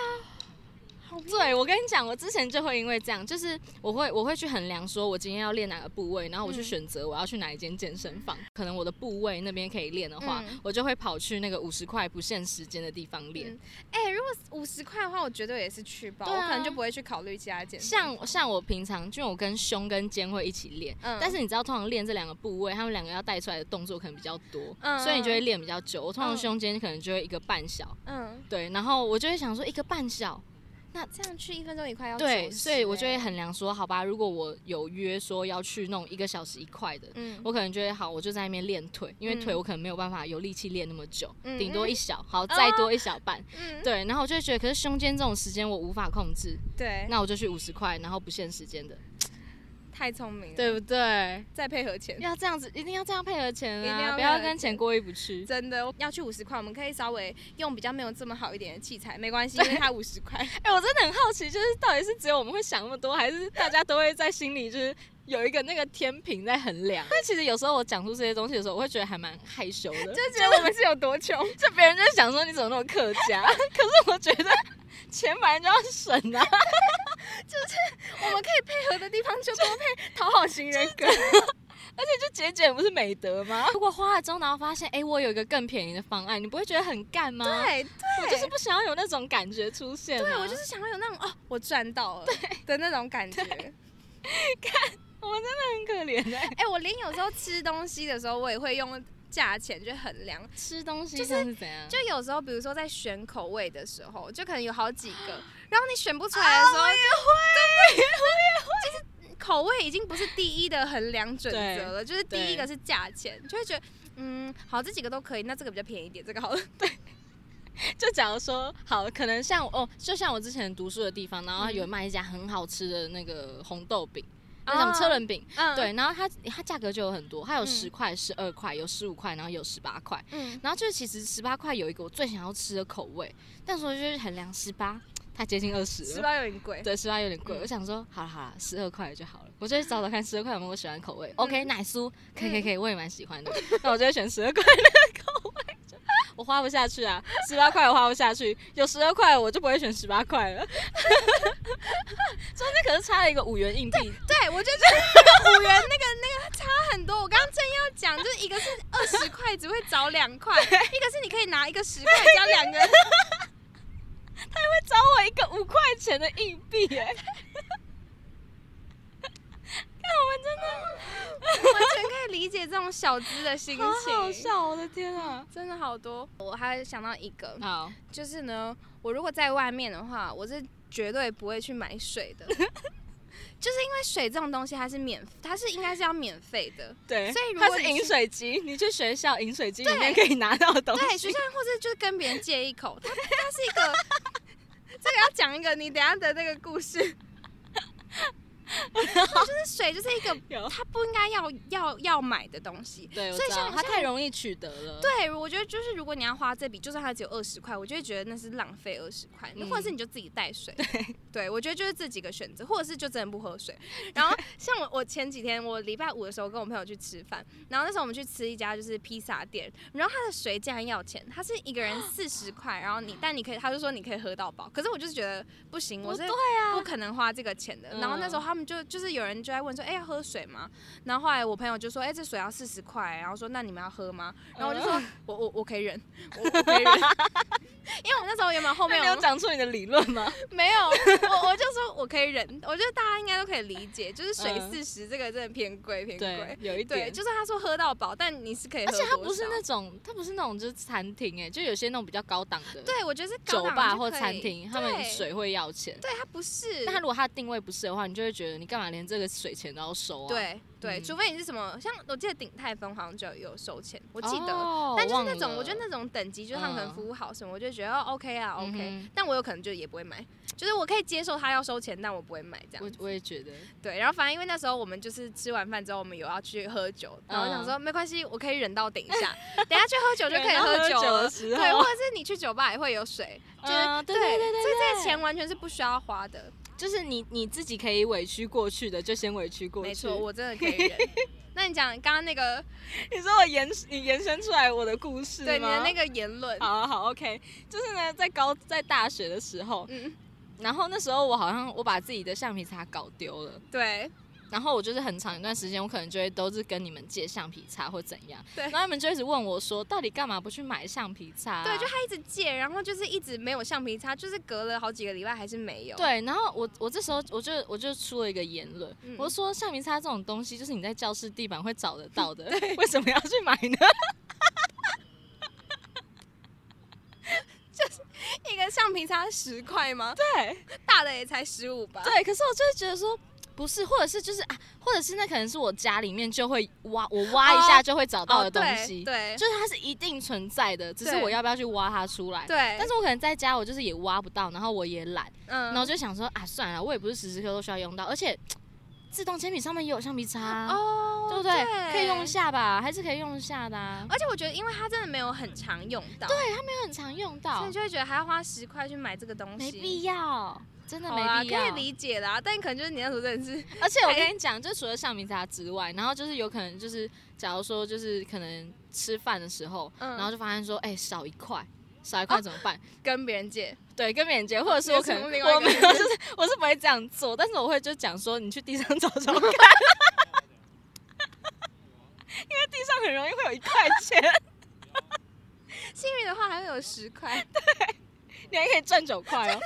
S1: 好便宜
S2: 对，我跟你讲，我之前就会因为这样，就是我会我会去衡量，说我今天要练哪个部位，然后我去
S1: 嗯
S2: 选择我要去哪一间健身房。可能我的部位那边可以练的话，
S1: 嗯
S2: 我就会跑去那个五十块不限时间的地方练。
S1: 嗯哎、如果五十块的话，我绝对也是去报，
S2: 对啊
S1: 我可能就不会去考虑其他健身。
S2: 像像我平常，就我跟胸跟肩会一起练，
S1: 嗯
S2: 但是你知道，通常练这两个部位，他们两个要带出来的动作可能比较多，
S1: 嗯
S2: 所以你就会练比较久。我通常
S1: 嗯
S2: 胸肩可能就会一个半小，
S1: 嗯，
S2: 对，然后我就会想说一个半小，
S1: 这样去一分钟一块要
S2: 对，
S1: 90
S2: 所以我就会
S1: 欸
S2: 衡量说，好吧，如果我有约说要去弄一个小时一块的，
S1: 嗯
S2: 我可能就会好，我就在那边练腿，因为
S1: 嗯
S2: 腿我可能没有办法有力气练那么久，
S1: 嗯
S2: 顶多
S1: 嗯
S2: 一小，好再多一小半，
S1: 嗯
S2: 对，然后我就会觉得，可是胸肩这种时间我无法控制，
S1: 对，
S2: 那我就去五十块，然后不限时间的，
S1: 嗯太聪明了，
S2: 对不对？
S1: 再配合钱。
S2: 要这样子，一定要这样配合钱
S1: 一定
S2: 啊，
S1: 要
S2: 不
S1: 配合
S2: 要跟钱
S1: 钱
S2: 过意不去。
S1: 真的要去五十块，我们可以稍微用比较没有这么好一点的器材，没关系，因为它五十 块。
S2: 哎、我真的很好奇，就是到底是只有我们会想那么多，还是大家都会在心里就是有一个那个天平在衡量？但其实有时候我讲出这些东西的时候，我会觉得还蛮害羞的，就
S1: 就觉得我们是有多穷，
S2: 就别人就会想说你怎么那么客家？ 可是我觉得钱本来就要省啊，
S1: 我们可以配合的地方就多配，讨好型人格。
S2: 就节俭不是美德吗？如果花了之后，然后发现哎、我有一个更便宜的方案，你不会觉得很干吗？
S1: 对对，
S2: 我就是不想要有那种感觉出啊现、啊。
S1: 对我就是想要有那种哦，我赚到了的那种感觉。
S2: 很可怜 哎、
S1: 哎、我连有时候吃东西的时候，我也会用价钱去衡量。
S2: 吃东西
S1: 就是
S2: 像是怎样？
S1: 就有时候，比如说在选口味的时候，就可能有好几 个，然后你选不出来的
S2: 啊
S1: 时候，就会，就是口味已经不是第一的衡量准则了，就是第一个是价钱，就会觉得。嗯，好，这几个都可以，那这个比较便宜一点，这个好了。
S2: 就假如说，好，可能像哦，就像我之前读书的地方，然后
S1: 嗯
S2: 有卖一家很好吃的那个红豆饼，啊那什么车轮饼，
S1: 啊嗯，
S2: 对，然后它它价格就有很多，它有
S1: 嗯
S2: 十块、十二块，有十五块，然后有十八块，
S1: 嗯，
S2: 然后就是其实十八块有一个我最想要吃的口味，但是我就是衡量十八，它接近二十
S1: 十
S2: 了。
S1: 八有点贵。
S2: 对，十八有点贵，
S1: 嗯
S2: 我想说，好了好了，十二块就好了。我就去找找看十二块有没有我喜欢的口味。OK，奶酥可以可以可以，我也蛮喜欢的。那我就会选十二块那个口味，我花不下去啊，十八块我花不下去，有十二块我就不会选十八块了。 中间可是差了一个五元硬币，
S1: 对，我就觉得那个五元那个那个差很多。我刚刚正要讲，就是一个是二十块只会找两 块，一个是你可以拿一个十块加两个
S2: 找我一个五块钱的硬币耶、 看我们真 的
S1: 完全可以理解这种小资的心情，
S2: 好好笑，我的天啊！
S1: 真的好多。我还想到一个，
S2: 好，
S1: 就是呢，我如果在外面的话，我是绝对不会去买水的， 就是因为水这种东西它是免，它是应该是要免费的。
S2: 对，
S1: 所以如
S2: 它
S1: 果
S2: 是
S1: 你
S2: 饮
S1: 是
S2: 水机，你去学校饮水机里面可以拿到的东
S1: 对，
S2: 西
S1: 学。校或者就是跟别人借一口，它它是一个，这个要 讲一个你等一下的那个故事。 就是水，就是一个
S2: 有
S1: 它不应该要要要买的东西。
S2: 对，我
S1: 所以
S2: 知道
S1: 像
S2: 它
S1: 像
S2: 太容易取得了。
S1: 对，我觉得就是如果你要花这笔，就算它只有二十块，我就会觉得那是浪费二十块，
S2: 嗯
S1: 或者是你就自己带水。对，我觉得就是这几个选择，或者是就真的不喝水。 然后像我，我前几天我礼拜五的时候跟我朋友去吃饭，然后那时候我们去吃一家就是披萨店，然后它的水竟然要钱，它是一个人四十块，然后你但你可以，他就说你可以喝到饱，可是我就是觉得不行，
S2: 不
S1: 我是
S2: 对啊嗯
S1: 不可能花这个钱的。然后那时候他们就就就是有人就在问说，哎、要喝水吗？然后后来我朋友就说，哎、这水要四十块，然后说那你们要喝吗？然后我就说，
S2: 嗯
S1: 我我我可以忍，我我可以忍， 因为我那时候原本后
S2: 后
S1: 面
S2: 面
S1: 我
S2: 有讲出你的理论 吗？
S1: 没有，我我就说我可以忍，我觉得大家应该都可以理解，就是水
S2: 嗯
S1: 四十这个真的偏贵偏
S2: 对
S1: 贵，，
S2: 有一
S1: 对，
S2: 点。
S1: 就是他说喝到饱，但你是可以喝
S2: 而
S1: 多少，
S2: 且它不是那种，它不是那种就是餐厅哎，就有些那种比较高档的
S1: 对我觉得是高
S2: 酒
S1: 档
S2: 吧
S1: 就
S2: 或
S1: 可以
S2: 餐，厅，他们
S1: 对
S2: 水会要钱。
S1: 对他不是，
S2: 但他如果他定位不是的话，你就会觉得你干嘛连这个水钱都要收啊？
S1: 对对，
S2: 嗯
S1: 除非你是什么，像我记得鼎泰丰好像就有收钱，我
S2: 我
S1: 记得。
S2: 哦、
S1: 但就是
S2: 忘
S1: 那种，
S2: 了
S1: 我觉得那种等级，就是他们可能
S2: 嗯
S1: 服务好什么，我就觉得哦 OK 啊 OK，、
S2: 嗯哼
S1: 但我有可能就也不会买，就是我可以接受他要收钱，但我不会买这样
S2: 我。我也觉得，
S1: 对，然后反正因为那时候我们就是吃完饭之后，我们有要去喝酒，然后
S2: 嗯
S1: 我想说、没关系，我可以忍到等一下，等一下去喝 酒就可以
S2: 然后
S1: 酒
S2: 酒
S1: 了
S2: 的。时
S1: 对，或
S2: 候，
S1: 者是你去酒吧也会有水，就是、
S2: 嗯对对对对
S1: 所以这些钱完全是不需要花的。
S2: 就是你你自己可以委屈过去的，就先委屈过去。
S1: 没错，我真的可以 忍。那你讲刚刚那个
S2: 你说我延你延伸出来我的故事
S1: 对你的那
S2: 个。
S1: 个言论，
S2: 好、啊、好，OK，就是呢，在高在大学的时候，
S1: 嗯，
S2: 然后那时候我好像我把自己的橡皮擦搞丢了，
S1: 对
S2: 然后我就是很长一段时间，我可能就会都是跟你们借橡皮擦或怎样，
S1: 对
S2: 然后你们就一直问我说，到底干嘛不去买橡皮擦啊、
S1: 对，就他一直借，然后就是一直没有橡皮擦，就是隔了好几个礼拜还是没有。
S2: 对，然后我我这时候我就我就出了一个言论，
S1: 嗯
S2: 我说橡皮擦这种东西就是你在教室地板会找得 到的，为什么要去买呢？
S1: 一个橡皮擦十块吗？
S2: 对
S1: 大的也才十五吧。
S2: 对，可是我就会觉得说。不是，或者是就是啊，或者是那可能是我家里面就会挖，我挖一下就会找到
S1: 哦，
S2: 的东西，
S1: 对
S2: 就是它是一定存在的，只是
S1: 对
S2: 我要不要去挖它出来。
S1: 对，但
S2: 但是我可能在家，我就是也挖不到，然后我也懒，
S1: 嗯
S2: 然后就想说啊，算了，我也不是时时刻都需要用到，而且自动铅笔上面也有橡皮擦啊，
S1: 哦，
S2: 对不对？可以用一。下吧，还是可以用一下的、啊。
S1: 而且我觉得，因为它真的没有很常用到，
S2: 对他没有很常用到
S1: 所以，就会觉得还要花十块去买这个东
S2: 没
S1: 西，
S2: 必要，真的
S1: 好啦
S2: 没必要。
S1: 可以理解啦。但可能就是你那时候真的 是，
S2: 而且我跟你讲，就除了橡皮擦之外，然后就是有可能就是，假如说就是可能吃饭的时候，
S1: 嗯
S2: 然后就发现说，哎、少一块，少一块怎么办？
S1: 跟别人借，
S2: 对，跟别人借，或者是我可能
S1: 有什么另外一个
S2: 我没有，就是 我是不会这样做，但是我会就讲说，你去地上找找 看，因为地上很容易会有一块钱，
S1: 幸运的话还会有十 块。
S2: 你还可以赚九块哦。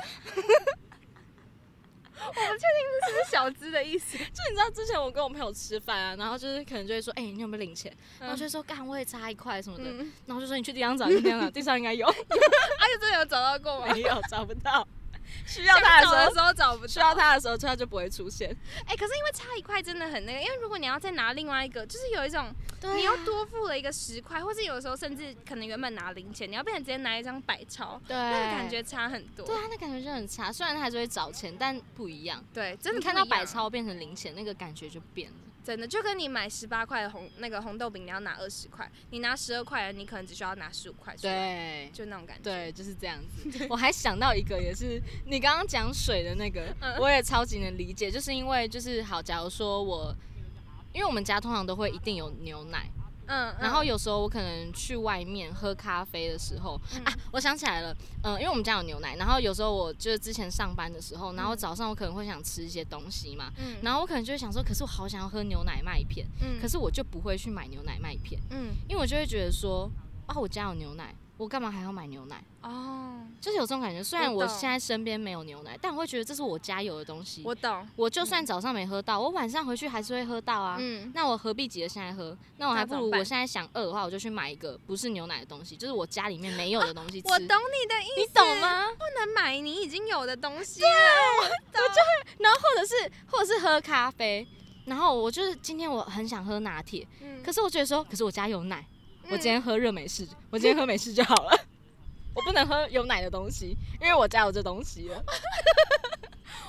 S1: 我不确定这是不是小资的意 思。
S2: 就你知道之前我跟我朋友吃饭啊，然后就是可能就会说，哎、你有没有零钱？然后
S1: 嗯
S2: 就会说，干，我也差一块什么的，
S1: 嗯，
S2: 然后就说你去地上找，你去地上找，地上应该有，
S1: 他就真的有找到过吗？
S2: 没有找不到，需 要它的时
S1: 找的
S2: 候。
S1: 时候找不到，
S2: 需要。它的时候，它就不会出现。
S1: 哎，可是因为差一块真的很那个，因为如果你要再拿另外一个，就是有一种
S2: 对啊
S1: 你要多付了一个十块，或是有的时候甚至可能原本拿零钱，你要变成直接拿一张百钞，
S2: 对，
S1: 那个感觉差很多。
S2: 对啊，那感觉就很差。虽然他还是会找钱，但不一样。
S1: 对，真的
S2: 你看
S1: 不
S2: 到
S1: 一样
S2: 百，钞变成零钱，那个感觉就变了。
S1: 真的就跟你买十八块的红那个红豆饼，你要拿二十块，你拿十二块的，你可能只需要拿十五块，，
S2: 对，
S1: 就那种感觉。
S2: 对，就是这样子。我还想到一个，也是你刚刚讲水的那个
S1: 嗯，
S2: 我也超级能理解，就是因为就是好，假如说我。因为我们家通常都会一定有牛奶，
S1: 嗯，嗯，
S2: 然后有时候我可能去外面喝咖啡的时候、啊，我想起来了，嗯、因为我们家有牛奶，然后有时候我就是之前上班的时候，然后早上我可能会想吃一些东西嘛，
S1: 嗯，
S2: 然后我可能就会想说，可是我好想要喝牛奶麦片，
S1: 嗯
S2: 可是我就不会去买牛奶麦片，
S1: 嗯
S2: 因为我就会觉得说，啊，我家有牛奶，我干嘛还要买牛奶？
S1: 哦，
S2: 就是有这种感觉。虽然
S1: 我
S2: 我
S1: 懂
S2: 现在身边没有牛奶，但我会觉得这是我家有的东西。
S1: 我嗯懂，
S2: 我就算早上没喝到，我晚上回去还是会喝到啊。
S1: 嗯，
S2: 那我何必急着现在喝？那我还不
S1: 那怎
S2: 如
S1: 么办
S2: 我现在想饿的话，我就去买一个不是牛奶的东西，就是我家里面没有的东西吃。
S1: 啊我懂你的意
S2: 你
S1: 思，
S2: 懂？吗？
S1: 不能买你已经有的东西
S2: 啊
S1: 了，
S2: 然后或者是或者是喝咖啡，然后我就是今天我很想喝拿铁，
S1: 嗯
S2: 可是我觉得说，可是我家有奶，我
S1: 嗯
S2: 今天喝热美式，我今天喝美式就好了。 我不能喝有奶的东西，因为我家有这东西了。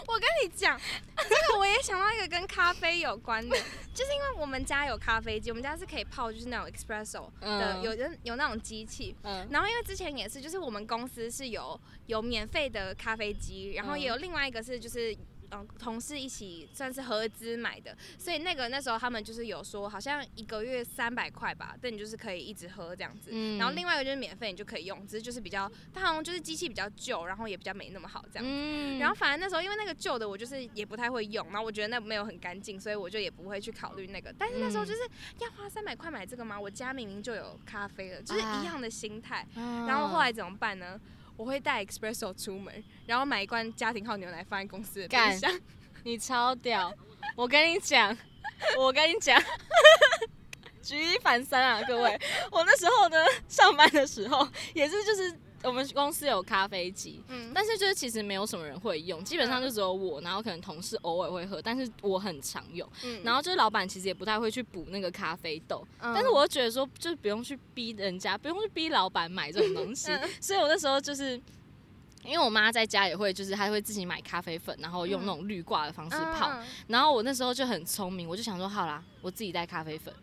S1: 我跟你讲，这个我也想到一个跟咖啡有关 的，就是因为我们家有咖啡机，我们家是可以泡就是那种 espresso 的，
S2: 嗯
S1: 有人有那种机器。
S2: 嗯，
S1: 然后因为之前也
S2: 嗯
S1: 是，就是我们公司是有有免费的咖啡机，然后也有另外一个是就是。嗯同事一起算是合资买的，所以那个那时候他们就是有说好像一个月三百块吧，但你就是可以一直喝这样子。
S2: 嗯
S1: 然后另外一个就是免费，你就可以用，只是就是比较，它好像就是机器比较旧，然后也比较没那么好这样。
S2: 嗯
S1: 然后反正那时候因为那个旧的我就是也不太会用，然后我觉得那没有很干净，所以我就也不会去考虑那个。但是那时候就是要花三百块买这个吗？我家明明就有咖啡了，就是
S2: 啊
S1: 一样的心态。
S2: 然
S1: 然后后来怎么办呢？我会带 espresso 出门，然后买一罐家庭号牛奶放在公司的
S2: 干
S1: 冰箱。
S2: 你超屌，我跟你讲，我跟你讲，举一反三啊，各位！我那时候呢，上班的时候也是，就是我们公司有咖啡机。
S1: 嗯，
S2: 但是就是其实没有什么人会用，基本上就只有我，然后可能同事偶尔会喝，但是我很常用。
S1: 嗯
S2: 然后就是老板其实也不太会去补那个咖啡豆，但是我又觉得说，就是不用去逼人家，不用去逼老板买这种东 西，
S1: 嗯
S2: 所以我那时候就是。因为我妈在家也会，就是她会自己买咖啡粉，然后用
S1: 嗯
S2: 那种滤挂的方式
S1: 嗯
S2: 泡。
S1: 嗯
S2: 然后我那时候就很聪明，我就想说，好啦，我自己带咖啡粉。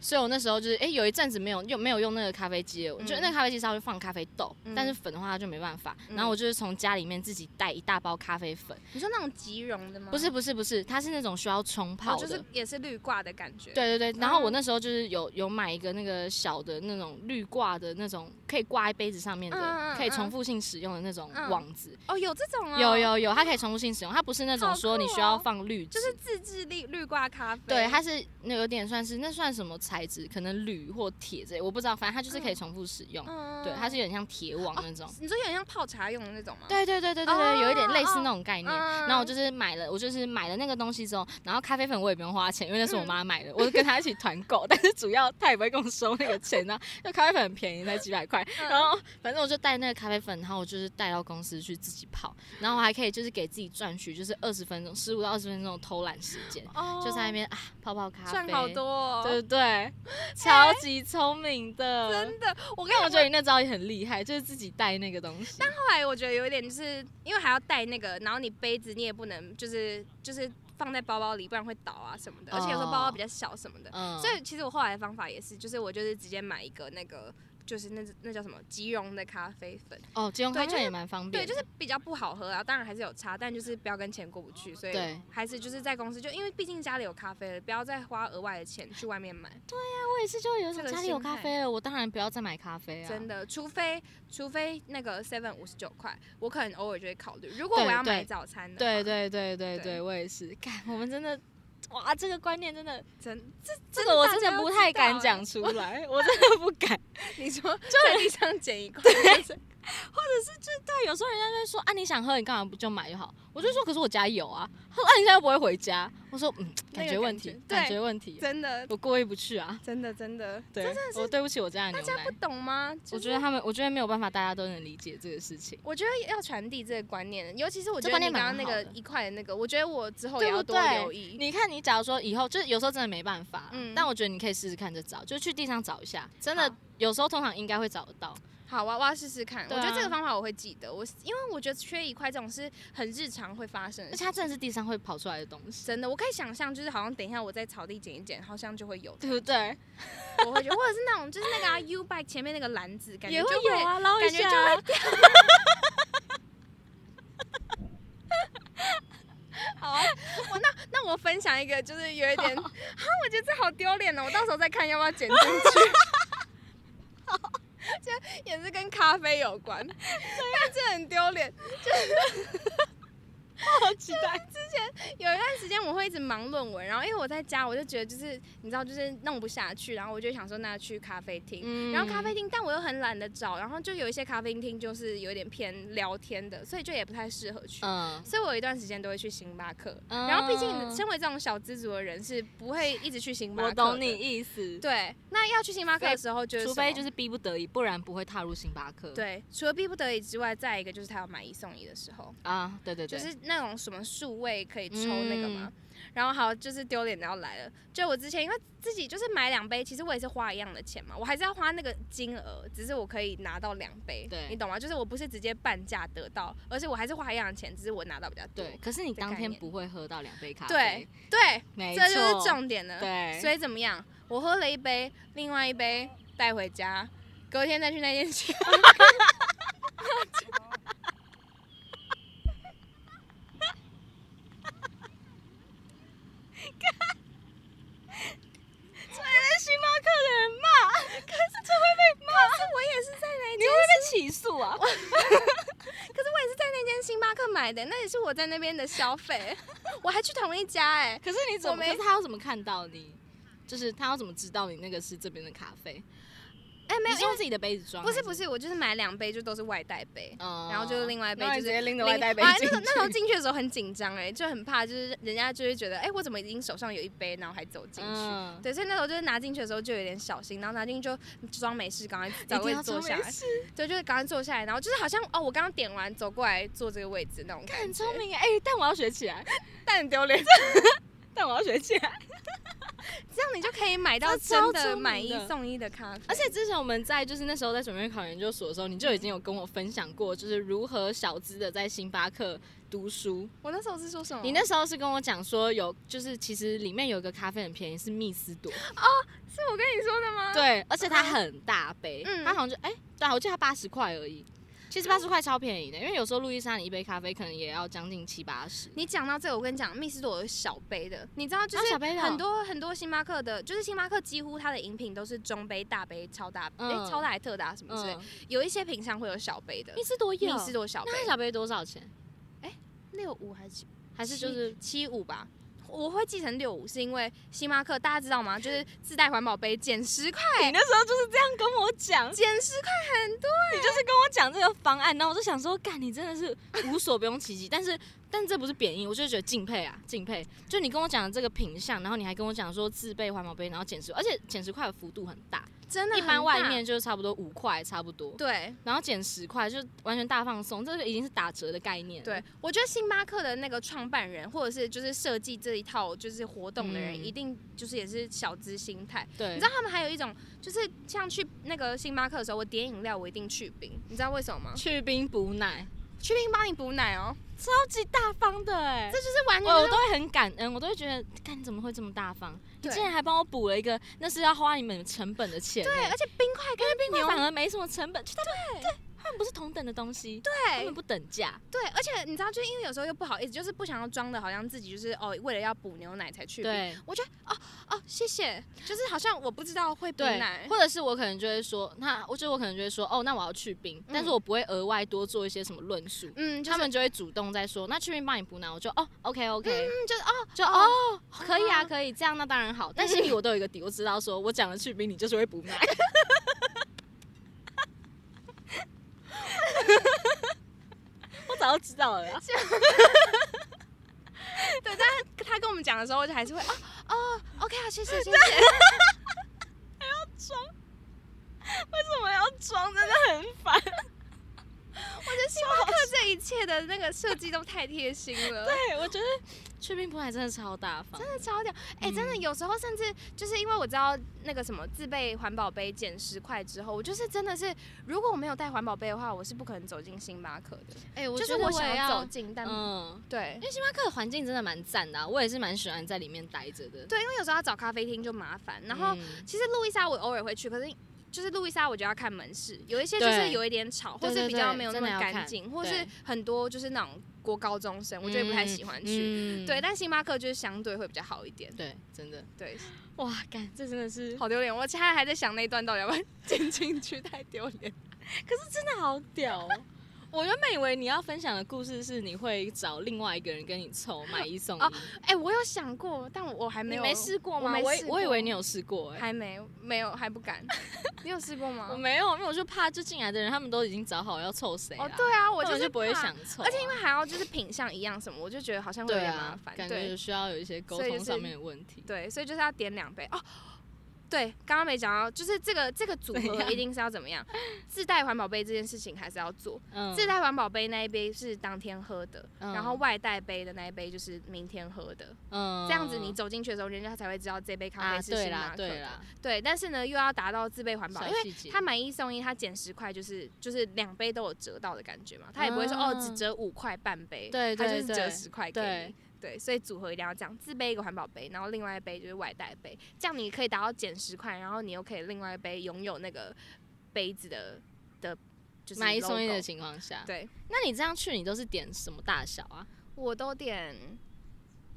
S2: 所以我那时候就是，哎、有一阵子没有用，没有用那个咖啡机了，我就
S1: 嗯
S2: 那个咖啡机上面放咖啡豆，
S1: 嗯
S2: 但是粉的话就没办法。
S1: 嗯
S2: 然后我就是从家里面自己带一大包咖啡粉，
S1: 你说那种即溶的吗？
S2: 不是不是不是，它是那种需要冲泡
S1: 哦，
S2: 的，
S1: 就是也是绿挂的感觉。，
S2: 对对对，然后我
S1: 嗯
S2: 那时候就是有有买一个那个小的那种绿挂的那种，可以挂在杯子上面的，
S1: 嗯嗯
S2: 可以
S1: 嗯
S2: 重复性使用的那种
S1: 嗯
S2: 网子。
S1: 哦，有这种哦，
S2: 有，有有，它可以重复性使用，它不是那种
S1: 好
S2: 说你
S1: 酷
S2: 需要
S1: 哦
S2: 放滤纸，
S1: 就是自制力绿挂咖啡。
S2: 对，它是那有点算是那算什么材质，可能铝或铁之类，我不知道，反正它就是可以
S1: 嗯
S2: 重复使用。
S1: 嗯
S2: 对，它是有点像铁网那种。
S1: 你说有点像泡茶用的那种吗？，
S2: 对对对对对对，有一点类似
S1: 哦
S2: 那种概念。
S1: 嗯
S2: 然后我就是买了，我就是买了那个东西之后，然后咖啡粉我也不用花钱，因为那是
S1: 嗯
S2: 我妈买的，我就跟她一起团购， 但是主要她也不会跟我收那个钱呢，因为咖啡粉很便宜，才几百块。
S1: 嗯
S2: 然后反正我就带那个咖啡粉，然后我就是带到公司去自己泡，然后我还可以就是给自己赚取就是二十分钟，十五到二十分钟的偷懒时间，
S1: 哦
S2: 就在那边啊泡泡咖啡，
S1: 赚好多、哦。
S2: 对不对？超级聪明的，
S1: 真的，我跟
S2: 但
S1: 你
S2: 我觉
S1: 讲，
S2: 得你那招也很厉害，就是自己带那个东西。
S1: 后来我觉得有一点就是因为还要带那个，然后你杯子你也不能就是就是放在包包里，不然会倒啊什么的。而且有时候包包比较小什么的，
S2: 嗯
S1: 所以其实我后来的方法也是，就是我就是直接买一个那个。就是那那叫什么即溶的咖啡粉，
S2: 哦，金融
S1: 对
S2: 咖
S1: 就
S2: 啡
S1: 是
S2: 也蛮方便
S1: 对，
S2: 的。
S1: 就是比较不好喝啊，当然还是有差，但就是不要跟钱过不去，所以
S2: 对
S1: 还是就是在公司就因为毕竟家里有咖啡了，不要再花额外的钱去外面买。
S2: 我也是，就有一
S1: 这
S2: 种
S1: 个
S2: 家里有
S1: 心
S2: 咖
S1: 态
S2: 啡了，我当然不要再买咖啡啊。
S1: 真的，除非除非那个 seven 五十九块，我可能偶尔就会考虑。如果我
S2: 对
S1: 要买
S2: 对
S1: 早餐的，
S2: 对，对对
S1: 啊对
S2: 对对，我也是。看，我们真的，哇，这个观念真的，
S1: 真
S2: 这个我
S1: 大
S2: 真
S1: 家
S2: 的
S1: 要
S2: 不
S1: 知
S2: 太
S1: 道
S2: 敢
S1: 欸
S2: 讲出来，我真的不敢。
S1: 你说就在地上捡一块，就是
S2: 对，有时候人家就会说啊，你想喝，你干嘛不就买就好？我就说，
S1: 嗯
S2: 可是我家有啊。他说啊，你现在又不会回家？我说嗯，
S1: 那
S2: 感
S1: 个
S2: 觉问
S1: 感
S2: 题
S1: 觉，
S2: 感
S1: 对
S2: 觉问题，
S1: 真的
S2: 我过意不去啊。
S1: 真的真的，
S2: 对，我对不起我家的
S1: 大
S2: 牛
S1: 家
S2: 奶
S1: 不。懂吗？
S2: 我
S1: 就是
S2: 觉得他们，我觉得没有办法，大家都能理解这个事情。
S1: 我觉得要传递这个观念，尤其是我
S2: 这
S1: 觉得
S2: 观
S1: 你
S2: 念
S1: 刚刚
S2: 蛮
S1: 那
S2: 好
S1: 个
S2: 的
S1: 一块的那个，我觉得我之后
S2: 对
S1: 也
S2: 不
S1: 要多
S2: 对
S1: 留意。
S2: 你看，你假如说以后就是有时候真的没办法，
S1: 嗯
S2: 但我觉得你可以试试看这招，就去地上找一下，真的
S1: 好
S2: 有时候通常应该会找得到。
S1: 好，我要我要试试看。我
S2: 对
S1: 觉得这
S2: 啊
S1: 个方法我会记得，我因为我觉得缺一块这种是很日常会发生的
S2: 而
S1: 事。
S2: 且它真的是地上会跑出来的东西，
S1: 真的，我可以想象，就是好像等一下我在草地捡一捡，好像就会有的
S2: 对不对？
S1: 我会觉得，或者是那种就是那个、啊、U bike 前面那个篮子，感觉
S2: 也
S1: 就
S2: 会有啊，捞一
S1: 感觉
S2: 下
S1: 就
S2: 啊。
S1: 会 掉。好啊，我那那我分享一个，就是有一 点，啊，我觉得这好丢脸哦，我到时候再看要不要剪进 去。就也是跟咖啡有关，但这很丢脸。
S2: 好期 待。
S1: 有一段时间我会一直忙论文，然后因为我在家，我就觉得就是你知道，就是弄不下去，然后我就想说那去咖啡厅，
S2: 嗯
S1: 然后咖啡厅，但我又很懒得找，然后就有一些咖啡厅就是有点偏聊天的，所以就也不太适合去。
S2: 嗯，
S1: 所以我有一段时间都会去星巴克，
S2: 嗯
S1: 然后毕竟身为这种小资族的人是不会一直去星巴克。
S2: 我懂你。意思，
S1: 对，那要去星巴克的时候就是什么，
S2: 除非就是逼不得已，不然不会踏入星巴克。
S1: 对，除了逼不得已之外，再一个就是他要买一送一的时候，
S2: 啊，对对
S1: 就
S2: 对，
S1: 是那种什么数位可以抽那个嘛。
S2: 嗯
S1: 然后好，就是丢脸的要来了。就我之前因为自己就是买两杯，其实我也是花一样的钱嘛，我还是要花那个金额，只是我可以拿到两杯
S2: 对，
S1: 你懂吗？就是我不是直接半价得到，而且我还是花一样的钱，只是我拿到比较多。
S2: 对。可是你
S1: 这
S2: 当
S1: 概
S2: 天
S1: 念
S2: 不会喝到两杯咖啡
S1: 对，对，
S2: 没
S1: 这就
S2: 错
S1: 是重点了。
S2: 对
S1: 所以怎么样？我喝了一杯，另外一杯带回家，隔天再去那间星 巴克。买的，那也是我在那边的消费， 我还去同一家哎、
S2: 可是你怎
S1: 我
S2: 么？可
S1: 没
S2: 是他要怎么看到你？就是他要怎么知道你那个是这边的咖啡？
S1: 哎、没
S2: 你
S1: 有，因
S2: 是用
S1: 为
S2: 自己的杯子装？
S1: 不是
S2: 还
S1: 不，是，我就是买两杯，就都是外带杯。
S2: 嗯
S1: 然后就是另外一杯
S2: 那
S1: 就
S2: 你
S1: 是
S2: 直接拎着外带杯
S1: 啊，那
S2: 进
S1: 时候
S2: 去
S1: 那时候进去的时候很紧张哎，就很怕，就是人家就会觉得，哎、我怎么已经手上有一杯，然后还走进去。
S2: 嗯
S1: 对，所以那时候就是拿进去的时候就有点小心，然后拿进去就装没事，赶快
S2: 一
S1: 找
S2: 定
S1: 位
S2: 要
S1: 置
S2: 坐
S1: 坐下
S2: 下
S1: 来
S2: 来。，
S1: 对，就是赶快坐下来，然后就是好像哦，我刚刚点完走过来坐这个位置那种感
S2: 很
S1: 觉，
S2: 聪明哎、但我要学起来，
S1: 但很丢脸。
S2: 但我要学起来。
S1: 这样你就可以买到
S2: 这
S1: 真
S2: 超
S1: 的
S2: 聪
S1: 买
S2: 明
S1: 一
S2: 的
S1: 送一的咖啡，
S2: 而且之前我们在就是那时候在准备考研究所的时候，你就已经有跟我分享过，就是如何小资的在星巴克读书。
S1: 我那时候是说什么？
S2: 你那时候是跟我讲说有，就是其实里面有一个咖啡很便宜，是密斯朵，
S1: 是我跟你说的 吗？
S2: 对，而且它很大杯，
S1: 嗯
S2: 它好像就哎、对啊，我记得它八十块而已。其实八十块超便宜的，因为有时候路易莎你一杯咖啡可能也要将近七八十。
S1: 你讲到这个，我跟你讲，密斯朵有小杯的，你知道，就
S2: 啊
S1: 是
S2: 小杯的哦
S1: 很多、很多星巴克的，就是星巴克几乎它的饮品都是中杯、大杯、超大，哎、
S2: 嗯
S1: 超大还特大什么之类，
S2: 嗯，
S1: 有一些品相会有小杯的
S2: 密。斯朵有，
S1: 密斯朵小杯
S2: 那它小杯多少钱？
S1: 六五还是
S2: 还是就是
S1: 七五吧？我会记成六五，是因为星巴克大家知道吗？就是自带环保杯减十块，
S2: 你那时候就是这样跟我讲，你
S1: 减十块很多。
S2: 就是跟我讲这个方案，然后我就想说，干你真的是无所不用其极，但 是但这不是贬义，我就觉得敬佩啊，敬佩。就你跟我讲的这个品相，然后你还跟我讲说自备环保杯，然后减十，而且减十块的幅度很大，
S1: 真的
S2: 一
S1: 很
S2: 般外
S1: 大
S2: 面就是差不多五块差不多，
S1: 对
S2: 然后减十块就完全大放松，这个已经是打折的概念了。
S1: 对，我觉得星巴克的那个创办人，或者是就是设计这一套就是活动的人，
S2: 嗯
S1: 一定就是也是小资心态。
S2: 对，
S1: 你知道他们还有一种，就是像去那个星巴克的时候，我点饮料我一定去冰，你知道为什么吗？
S2: 去冰补奶，
S1: 去冰帮你补奶哦，
S2: 超级大方的哎、
S1: 这就是完全
S2: 我
S1: 就
S2: 我
S1: 是
S2: 都会很感恩，我都会觉得，看你怎么会这么大方？你
S1: 对
S2: 竟然还帮我补了一个，那是要花你们成本的钱欸。
S1: 对，而且冰块跟冰
S2: 因为
S1: 牛
S2: 反而没什么成本，就他们对他们不是同等的东西，他
S1: 对
S2: 们不等价。
S1: 对，而且你知道，就是因为有时候又不好意思，就是不想要装的好像自己就是哦，为了要补牛奶才去冰。
S2: 对
S1: 我觉得哦哦，谢谢，就是好像我不知道会补
S2: 对
S1: 奶，，
S2: 或者是我可能就会说，那我觉得我可能就会说，哦，那我要去冰，但是我不会额外多做一些什么论述。
S1: 嗯，就是
S2: 他们就会主动在说，那去冰帮你补奶，我就哦，OK OK，、
S1: 嗯就是哦
S2: 就哦可以啊
S1: 哦
S2: 可以，这样那当然 好。但心里我都有一个底，我知道说我讲了去冰，你就是会补 奶。我早就知道了啦，
S1: 他跟我们讲的时候，我就还是会哦哦，OK 啊，谢谢谢谢。
S2: 为什么要装？真的很烦。
S1: 我觉得星巴克这一切的那个设计都太贴心 了，
S2: 对，我觉得去冰铺还真的超大方，
S1: 真的超屌。哎、真的有时候甚至就是因为我知道那个什么自备环保杯减十块之后，我就是真的是如果我没有带环保杯的话，我是不可能走进星巴克的。
S2: 哎、
S1: 就是我想要走，进，但、
S2: 嗯，
S1: 对
S2: 因为星巴克的环境真的蛮赞的啊、我也是蛮喜欢在里面待着的。
S1: 对，因为有时候要找咖啡厅就麻烦，然后。
S2: 嗯
S1: 其实路易莎我偶尔会去，可是就是路易莎我就要看门市，有一些就是
S2: 对
S1: 有一点吵，或
S2: 对
S1: 是
S2: 对
S1: 比较
S2: 对
S1: 没有那
S2: 真
S1: 么
S2: 的要
S1: 干
S2: 看
S1: 净，或是
S2: 对
S1: 很多就是那种国高中生，我就会不太喜欢去。
S2: 嗯
S1: 对，但星巴克就是相对会比较好一点。
S2: 对，真的，
S1: 对，
S2: 哇，干，这真的是
S1: 好丢脸！我现在还在想那一段到底要不要剪进去，太丢 脸。
S2: 真的好屌、哦。我原本以为你要分享的故事是你会找另外一个人跟你凑买一送一，
S1: 哦哎、我有想过，但我还没
S2: 你
S1: 有，
S2: 没试过
S1: 我
S2: 吗？
S1: 没
S2: 我
S1: 试
S2: 以我以
S1: 过
S2: 为你有试过、哎，
S1: 还没没有还不 敢。你有试过吗
S2: 我？没有，因为我就怕就进来的人他们都已经找好要凑谁了，
S1: 哦，对啊，我
S2: 根
S1: 就
S2: 本
S1: 是
S2: 就不会
S1: 怕
S2: 想凑啊、
S1: 而且因为还要就是品相一样什么，我就觉得好像会有
S2: 对
S1: 点麻
S2: 啊
S1: 烦。，
S2: 感觉
S1: 对
S2: 有需要有一些沟
S1: 所以就
S2: 通上
S1: 是
S2: 面的问题。
S1: 对，所以就是要点两杯哦。对，刚刚没讲到，就是这个这个组
S2: 怎
S1: 合
S2: 样
S1: 一定是要怎么样？自带环保杯这件事情还是要做。
S2: 嗯
S1: 自带环保杯那一杯是当天喝的，
S2: 嗯
S1: 然后外带杯的那一杯就是明天喝的。
S2: 嗯
S1: 这样子你走进去的时候，人家才会知道这杯咖
S2: 啊，
S1: 啡是
S2: 对
S1: 星巴
S2: 啦
S1: 克
S2: 对
S1: 的。
S2: 啦，
S1: 对，但是呢又要达到自备环保，
S2: 小
S1: 因为
S2: 细节
S1: 它买一送一，它减十块，就是就是两杯都有折到的感觉嘛。它也不会说、哦只
S2: 嗯
S1: 折五块半杯，
S2: 对
S1: 它就
S2: 对
S1: 是折
S2: 对
S1: 十块给你
S2: 对。
S1: 对，所以组合一定要这样，自备一个环保杯，然后另外一杯就是外带杯，这样你可以达到减十块，然后你又可以另外一杯拥有那个杯子的的，就是
S2: 买一送一
S1: logo
S2: 的情况下，
S1: 对，
S2: 那你这样去你都是点什么大小啊？
S1: 我都点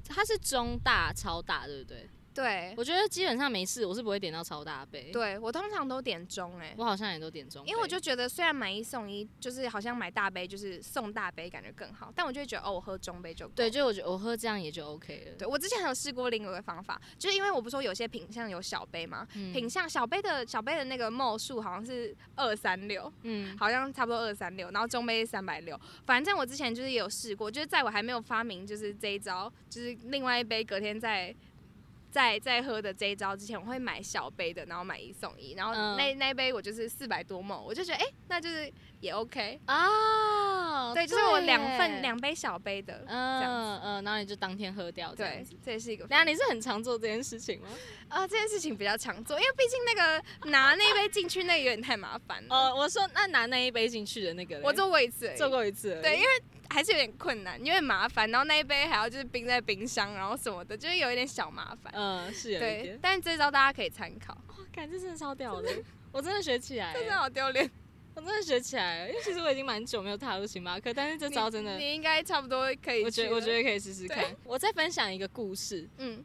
S2: 它是中大超大，对不对？
S1: 对
S2: 我觉得基本上没事，我是不会点到超大杯。，
S1: 欸对，我通常都点中哎、
S2: 我好像也都点中杯，
S1: 因为我就觉得虽然买一送一，就是好像买大杯就是送大杯感觉更好，但我就会觉得哦，我喝中杯就够
S2: 对，就我觉得我喝这样也就 OK 了。
S1: 对，我之前还有试过另外一个方法，就是因为我不是说有些品相有小杯嘛，
S2: 嗯
S1: 品相小杯的小杯的那个帽数好像是二三六，
S2: 嗯，
S1: 好像差不多二三六，然后中杯是三百六。反正我之前就是也有试过，就是在我还没有发明就是这一招，就是另外一杯隔天再再再喝的这一招之前，我会买小杯的，然后买一送一，然后
S2: 嗯
S1: 那、那一杯我就是四百多梦，我就觉得哎、诶那就是也 OK。
S2: 啊，
S1: 对，就是我两
S2: 耶
S1: 份，两杯小杯的，这样
S2: 嗯嗯，然后你就当天喝掉这样
S1: 对
S2: 子。，
S1: 这也是一个
S2: 然后你是很常做这件事情吗？
S1: 啊、这件事情比较常做，因为毕竟那个拿那杯进去那个有点太麻烦了。
S2: 哦，我说那拿那一杯进去的那个嘞，
S1: 嗯我做过一次而已，
S2: 做过一次而已，
S1: 对因为还是有点困难，有点麻烦。然后那一杯还要就是冰在冰箱，然后什么的，就是有一点小麻烦。
S2: 嗯，是有一
S1: 对
S2: 点，。
S1: 但这招大家可以参考，
S2: 哇，感觉真的超屌的，我真的学起来
S1: 这真
S2: 耶，
S1: 的哦好丢脸。
S2: 我真的学起来了，因为其实我已经蛮久没有踏入星巴克，但是这招真的
S1: 你，你应该差不多可以去了。
S2: 我觉得我觉
S1: 得，
S2: 得可以试试看。我再分享一个故事，
S1: 嗯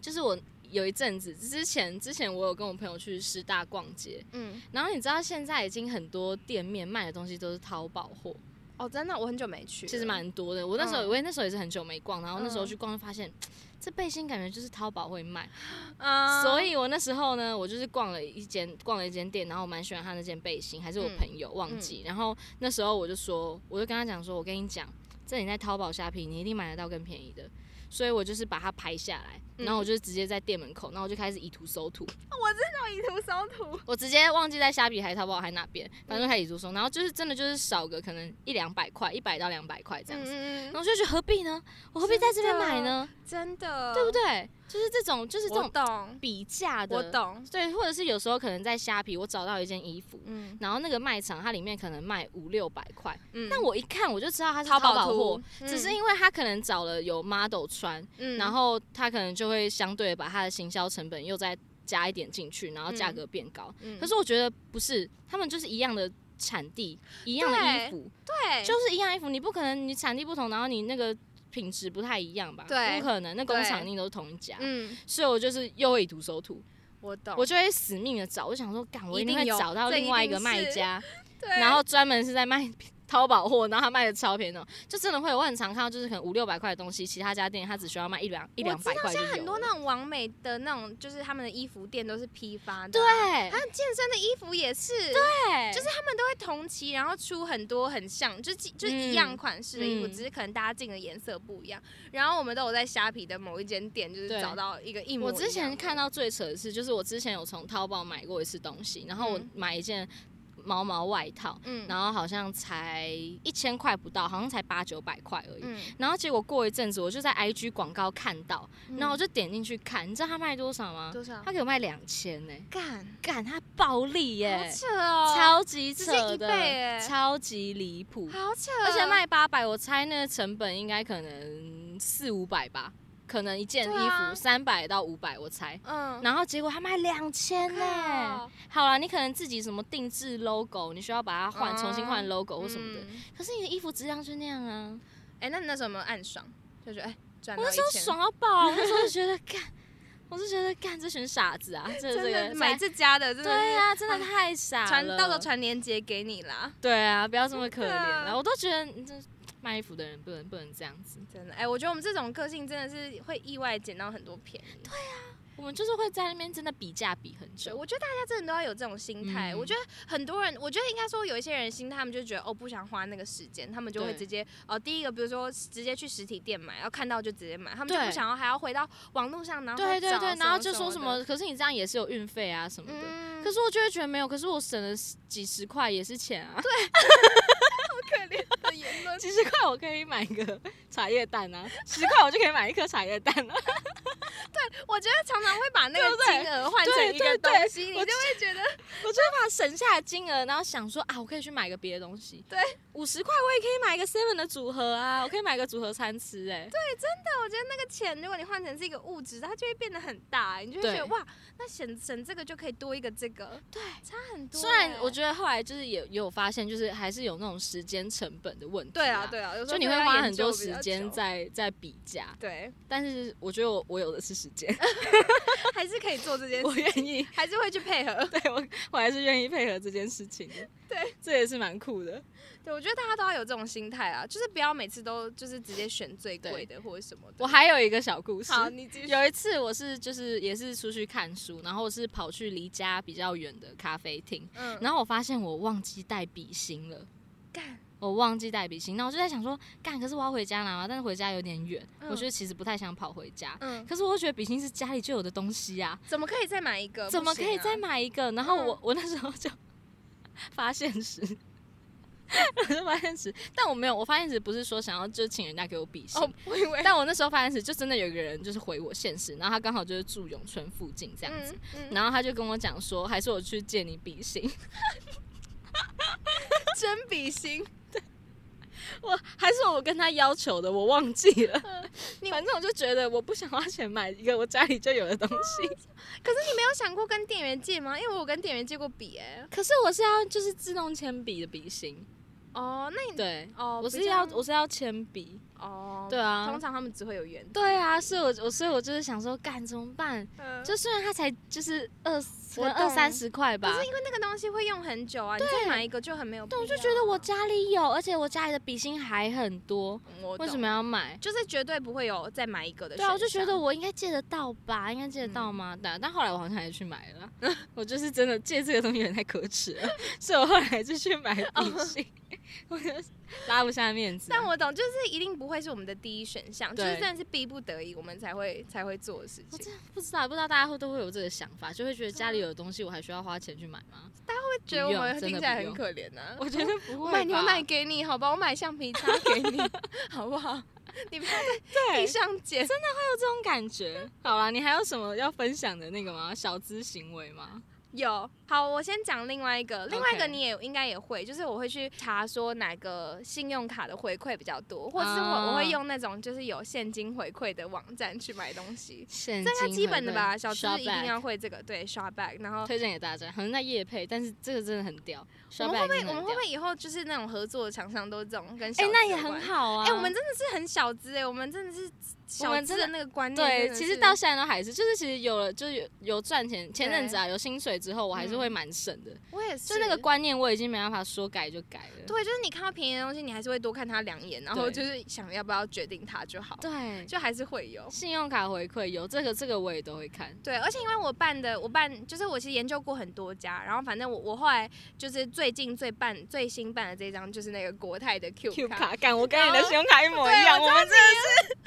S2: 就是我有一阵子之前，之前我有跟我朋友去师大逛街，
S1: 嗯，
S2: 然后你知道现在已经很多店面卖的东西都是淘宝货，
S1: 哦，真的，我很久没去了，
S2: 其实蛮多的。我那时候、
S1: 嗯
S2: 我也那时候也是很久没逛，然后那时候
S1: 嗯
S2: 去逛就发现。这背心感觉就是淘宝会卖，
S1: 嗯，
S2: 所以我那时候呢，我就是逛了一间逛了一间店，然后我蛮喜欢他那件背心，还是我
S1: 嗯
S2: 朋友忘记。然后那时候我就说，我就跟他讲说，我跟你讲，这你在淘宝下品，你一定买得到更便宜的。所以我就是把它拍下来，
S1: 嗯
S2: 然后我就直接在店门口，然后我就开始以图搜图，
S1: 那我以图搜图，
S2: 我直接忘记在虾皮还是淘宝还哪边，反
S1: 嗯
S2: 正就开始以图搜，然后就是真的就是少个可能一两百块，一百到两百块这样子。
S1: 嗯
S2: 然后我就觉得何必呢？我何必在这边买呢？
S1: 真的，嗯
S2: 对不？对？就是这种，就是这
S1: 我
S2: 种
S1: 懂，
S2: 比价的，
S1: 我懂，
S2: 对，或者是有时候可能在虾皮我找到一件衣服，
S1: 嗯
S2: 然后那个卖场它里面可能卖五六百块，
S1: 嗯
S2: 但我一看我就知道它是
S1: 淘宝
S2: 淘宝货
S1: 图，，
S2: 只是
S1: 嗯
S2: 因为它可能找了有 model 穿，
S1: 嗯
S2: 然后它可能就会相对把它的行销成本又再加一点进去，然后价
S1: 嗯
S2: 格变高。
S1: 嗯
S2: 可是我觉得不是，他们就是一样的产地，一样的衣
S1: 对
S2: 服，
S1: 对，
S2: 就是一样衣服，你不可能你产地不同，然后你那个品质不太一样吧？
S1: 对
S2: 不可能，那工厂
S1: 对
S2: 一定都是同一家。
S1: 嗯，
S2: 所以我就是又会以图搜图，
S1: 我懂，
S2: 我就会死命的找，我想说，干，我
S1: 一
S2: 一定
S1: 定
S2: 会
S1: 有
S2: 找到
S1: 这
S2: 另
S1: 一
S2: 外一
S1: 定
S2: 个卖
S1: 是
S2: 家，
S1: 对
S2: 然后专门是在卖淘宝货，然后他卖的超便宜哦，就真的会，我很常看到，就是可能五六百块的东西，其他家店他只需要卖一两一
S1: 我
S2: 两
S1: 知
S2: 百块就
S1: 现在很
S2: 有
S1: 多
S2: 了。
S1: 那种啊完美的那种，就是他们的衣服店都是批发的。啊
S2: 对，
S1: 还有健身的衣服也是，对，
S2: 对，
S1: 就是他们都会同期，然后出很多很像，就是就是一样款式的衣服，
S2: 嗯
S1: 只是可能大家进的颜色不一样。然后我们都有在虾皮的某一间店，就是
S2: 对
S1: 找到一个一模
S2: 我
S1: 一样的。
S2: 之前看到最扯的是，就是我之前有从淘宝买过一次东西，然后我
S1: 嗯
S2: 买一件毛毛外套，
S1: 嗯，
S2: 然后好像才一千块不到，好像才八九百块而已。
S1: 嗯，
S2: 然后结果过一阵子，我就在 IG 广告看到，
S1: 嗯
S2: 然后我就点进去看，你知道他卖多少吗？
S1: 多少？
S2: 他给我卖两千呢，
S1: 干，
S2: 干他暴利耶、
S1: 好扯哦，
S2: 超级
S1: 直
S2: 扯
S1: 接一
S2: 的，
S1: 倍耶
S2: 超级离谱。
S1: 好扯，
S2: 而且卖八百，我猜那个成本应该可能四五百吧，可能一件
S1: 对
S2: 衣
S1: 啊
S2: 服三百、0到五百，我猜。
S1: 嗯，
S2: 然后结果他卖两千呢，
S1: 靠
S2: 好啦，你可能自己什么定制 logo，你需要把它换，重新换
S1: 嗯
S2: logo 或什么的。
S1: 嗯
S2: 可是你的衣服质量就那样啊，
S1: 哎，那你那时候有没有暗爽？就觉得哎，赚到
S2: 我那
S1: 一
S2: 时候
S1: 千，
S2: 爽到爆，我那时候就 觉得干，我就觉得干这群傻子啊，这这
S1: 真
S2: 个
S1: 的买
S2: 这
S1: 这家的，真的
S2: 对
S1: 是
S2: 啊，真
S1: 哎
S2: 的太傻了，
S1: 传到时候传链接给你啦。
S2: 对啊，不要这么可
S1: 真
S2: 怜
S1: 的
S2: 啊！我都觉得你这卖衣服的人不能不能这样子，
S1: 真的，哎、我觉得我们这种个性真的是会意外捡到很多便宜。对，
S2: 我们就是会在那边真的比价比很久。
S1: 我觉得大家真的都要有这种心态。
S2: 嗯
S1: 我觉得很多人，我觉得应该说有一些人心态，他们就觉得哦不想花那个时间，他们就会
S2: 对
S1: 直接哦、第一个比如说直接去实体店买，然后看到就直接买，他们就
S2: 对
S1: 不想要还要回到网络上，然后
S2: 对对
S1: 找
S2: 对，
S1: 什
S2: 然后
S1: 么
S2: 就说什
S1: 么
S2: 么，可是你这样也是有运费啊什么
S1: 的，
S2: 的。
S1: 嗯，
S2: 可是我就会觉得没有，可是我省了几十块也是钱啊，对，，
S1: 可怜的言论
S2: 几十块我可以买个 茶叶蛋啊，十块我就可以买一颗茶叶蛋啊，
S1: 我觉得常常会把那
S2: 对不
S1: 个
S2: 对
S1: 金额换成
S2: 对
S1: 一个
S2: 对对
S1: 东西，你就
S2: 我
S1: 会觉得
S2: 我就会把省下的金额，然后想说啊，我可以去买个别的东西，
S1: 对，
S2: 五十块我也可以买一个 seven 的组合啊，我可以买个组合餐吃、欸，哎，对，
S1: 我觉得那个钱，如果你换成是一个物质，它就会变得很大，欸你就会觉得
S2: 对
S1: 哇，那省省这个就可以多一个这个，对，差很多欸。
S2: 啊虽然我觉得后来就是也也有发现，就是还是有那种时间成本的问题。
S1: 对啊，对。啊，道，有时
S2: 就
S1: 候
S2: 你
S1: 真
S2: 会
S1: 的要
S2: 花
S1: 研
S2: 很
S1: 究
S2: 多
S1: 比
S2: 时
S1: 较
S2: 间
S1: 久。
S2: 在在比价，
S1: 对，
S2: 但是我觉得我我有的是时 间，
S1: 还是可以做这件
S2: 我
S1: 事，
S2: 愿意，
S1: 还是会去配合。
S2: 对我我还是愿意配合这件事情的。
S1: 对，
S2: 这也是蛮酷的。
S1: 对，我觉得大家都要有这种心态啊，就是不要每次都就是直接选最贵的或者什么的。
S2: 我还有一个小故事，
S1: 好， 你继续。
S2: 有一次我是就是也是出去看书，然后我是跑去离家比较远的咖啡厅，
S1: 嗯，
S2: 然后我发现我忘记带笔芯了。
S1: 干，
S2: 我忘记带笔芯，那我就在想说，干，可是我要回家拿嘛，但是回家有点远，
S1: 嗯
S2: 我觉得其实不太想跑回家。
S1: 嗯，
S2: 可是我又觉得笔芯是家里就有的东西啊呀、
S1: 怎么可以再买一个？
S2: 怎么
S1: 不
S2: 可
S1: 行啊
S2: 以再？买一个？然后我、
S1: 嗯
S2: 我那时候就 发现时，我就发现时，但我没有，我发现时不是说想要就请人家给我笔芯。
S1: 哦，我以为
S2: 但我那时候发现时，就真的有一个人就是回我现实，然后他刚好就是住永春附近这样子，，
S1: 嗯嗯
S2: 然后他就跟我讲说，还是我去借你笔芯，
S1: 真比心，
S2: 我还是我跟他要求的，我忘记了。
S1: 嗯你
S2: 反正我就觉得我不想花钱买一个我家里就有的东西。
S1: 可是你没有想过跟店员借吗？因为我有跟店员借过笔，哎，
S2: 可是我是要就是自动铅笔的笔芯，
S1: 哦，那你
S2: 对，
S1: 哦，
S2: 我
S1: 比
S2: 是
S1: 较
S2: 要我是要铅笔，
S1: 哦，
S2: 对啊
S1: 通，常他们只会有圆，
S2: 对啊，是我我所以我就是想说，干怎么办？
S1: 嗯
S2: 就虽然它才就是二可能
S1: 懂
S2: 二三十块吧
S1: 可，是因为那个东西会用很久啊，你再买一个就很没有必
S2: 但
S1: 要啊。
S2: 我就觉得我家里有，而且我家里的笔芯还很多，
S1: 我
S2: 为什么
S1: 要？
S2: 要买？
S1: 就是绝对不会有再买一个的选项。
S2: 对
S1: 嗯
S2: 啊，我就觉得我应该借得到吧，应该借得到吗？但、但后来我好像还是去买 了啦，我就是真的借这个东西有点太可耻了，所以我后来就去买
S1: 哦
S2: 笔芯，我 就拉不下面子。
S1: 但我懂，就是一定不会是我们的第一选项，就
S2: 对
S1: 是真的是逼不得已我们才会才会做的事
S2: 我
S1: 情。
S2: 不知道，不知道大家会都会有这个想法，就会觉得家里
S1: 嗯
S2: 有东西我还需要花钱去买吗？
S1: 会觉得我们
S2: 真的
S1: 听起来
S2: 不
S1: 很
S2: 用
S1: 可怜呐、
S2: 我觉得不
S1: 我
S2: 会。
S1: 买牛奶，给你，好吧？我买橡皮擦给 你，好不好？你不要在
S2: 对，
S1: 地
S2: 是
S1: 上捡。
S2: 这种感觉。好啦，你还有什么要分享的那个吗？小资行为吗？
S1: 有，好，我先讲另外一个，另外一个
S2: OK
S1: 你也应该也会，就是我会去查说哪个信用卡的回馈比较多，或者是我、我
S2: 啊
S1: 会用那种就是有现金回馈的网站去买东西，
S2: 现
S1: 这
S2: 金
S1: 应该基
S2: 回
S1: 本的
S2: 馈
S1: 吧？小资
S2: Shop
S1: 一定
S2: back
S1: 要会这个，对，shop back，然后。
S2: 推荐给大家，好像在夜配，但是这个真的很屌。
S1: 我们会
S2: Shopback
S1: 不会
S2: 真的
S1: 我
S2: 很
S1: 们会
S2: 屌
S1: 不会以后就是那种合作的厂商都是这种跟小
S2: 哎、
S1: 资
S2: 那也
S1: 有关
S2: 很好啊！
S1: 哎、我们真的是很小资哎、我们真的是
S2: 我
S1: 小
S2: 们真
S1: 资
S2: 的
S1: 的那个观念真
S2: 对，
S1: 的
S2: 其实
S1: 是
S2: 到现在都还是，就是其实有了，就是有有赚钱，前阵子啊有薪水之后，我还是
S1: 嗯
S2: 会蛮省的。
S1: 我也是
S2: 就那个观念，我已经没办法说改就改了。
S1: 对，就是你看到便宜的东西，你还是会多看它两眼，然后
S2: 对
S1: 就是想要不要决定它就好，
S2: 对，
S1: 就还是会有。
S2: 信用卡回馈有这个，这个我也都会看。
S1: 对，而且因为我办的，我办就是我其实研究过很多家，然后反正我我后来就是最近最办最新办的这张就是那个国泰的 Q
S2: Q
S1: 卡，
S2: 卡干，我跟你的信用卡一模
S1: 对
S2: 一样，
S1: 我
S2: 我们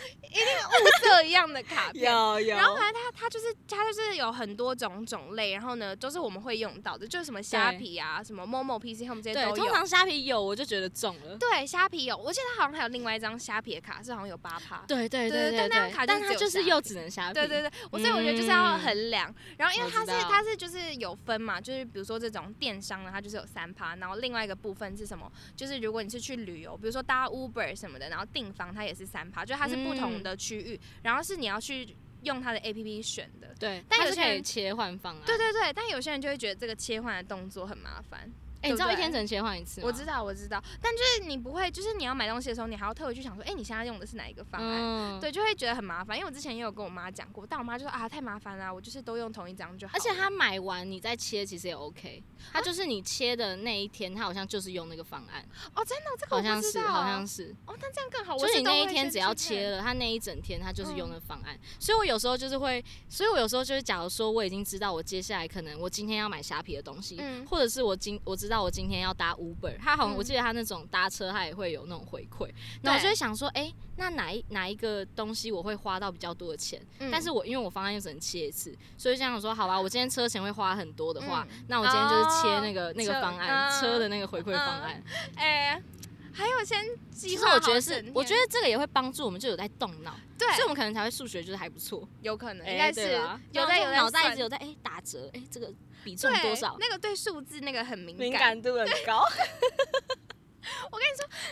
S1: 物色一样的卡
S2: 这
S1: 片。
S2: 有有
S1: 然。后反正它它就是它就是有很多种种类，然后呢都是我们会用到的，就是什么虾
S2: 对
S1: 皮啊、什么 Momo PC 他们这些
S2: 对，
S1: 都
S2: 通
S1: 有。
S2: 常虾皮有我就觉得中了。
S1: 对，虾皮有，我记得它好像还有另外一张虾皮的卡，是好像有八趴。
S2: 对 对
S1: 对
S2: 对
S1: 但那张卡就
S2: 但
S1: 是只
S2: 它
S1: 有
S2: 就是
S1: 虾
S2: 又只能虾皮。
S1: 对对对，我所以我觉得就是要
S2: 嗯
S1: 衡量，然后因为
S2: 我
S1: 它
S2: 知
S1: 是
S2: 道
S1: 它是就是有分嘛，就是比如说这种电商呢，它就是有三趴，然后另外一个部分是什么？就是如果你是去旅游，比如说搭 Uber 什么的，然后订房它也是三趴，就它是不同
S2: 嗯
S1: 的区域，然后是你要去用它的 APP 选的。
S2: 对，
S1: 但
S2: 它
S1: 有
S2: 是
S1: 些
S2: 可以
S1: 人
S2: 切换啊方案。
S1: 对，对对，但有些人就会觉得这个切换的动作很麻烦。
S2: 哎，你知道
S1: 对
S2: 一
S1: 不对
S2: 天只能切换一次吗？
S1: 我知道，我知道，但就是你不会，就是你要买东西的时候，你还要特别去想说，哎、你现在用的是哪一个方案？
S2: 嗯，
S1: 对，就会觉得很麻烦，因为我之前也有跟我妈讲过，但我妈就说啊太麻烦啦、我就是都用同一张就好了。
S2: 而且他买完你再切，其实也 OK。他
S1: 啊
S2: 就是你切的那一天，他好像就是用那个方案，
S1: 哦，真的哦，这个
S2: 好
S1: 我不
S2: 像
S1: 知
S2: 是
S1: 道
S2: 好像是，
S1: 哦，那这样更好。
S2: 就
S1: 我
S2: 是
S1: 是
S2: 你
S1: 都
S2: 那一
S1: 会
S2: 天
S1: 先
S2: 只要
S1: 去看嗯
S2: 切，了，他那一整天他就是用那个方案。所以我有时候就是会，所以我有时候就是，假如说我已经知道我接下来可能我今天要买虾皮的东西，
S1: 嗯
S2: 或者是我今我知道我今天要搭 Uber，他好像、
S1: 嗯
S2: 我记得他那种搭车他也会有那种回馈，那我就会想说，哎、那哪一哪一个东西我会花到比较多的钱？
S1: 嗯
S2: 但是我因为我方案又只能切一次，所以这样说好吧，我今天车钱会花很多的话，
S1: 嗯
S2: 那我今天就是切
S1: 哦
S2: 那个、那个
S1: 车
S2: 方案，
S1: 嗯
S2: 车的那个回馈方案。
S1: 哎、还有先计
S2: 其实
S1: 划好
S2: 我
S1: 整天，
S2: 觉得是，我觉得这个也会帮助我们，就有在动脑，
S1: 对，
S2: 所以我们可能才会数学就是还不错，
S1: 有可能应
S2: 哎
S1: 该
S2: 对
S1: 是
S2: 吧
S1: 有
S2: 然
S1: 在
S2: 后就
S1: 有在
S2: 脑袋一
S1: 算
S2: 直有在哎、打折，哎、这个比重
S1: 对
S2: 多少？
S1: 那个对数字那个很敏
S2: 敏感度很高，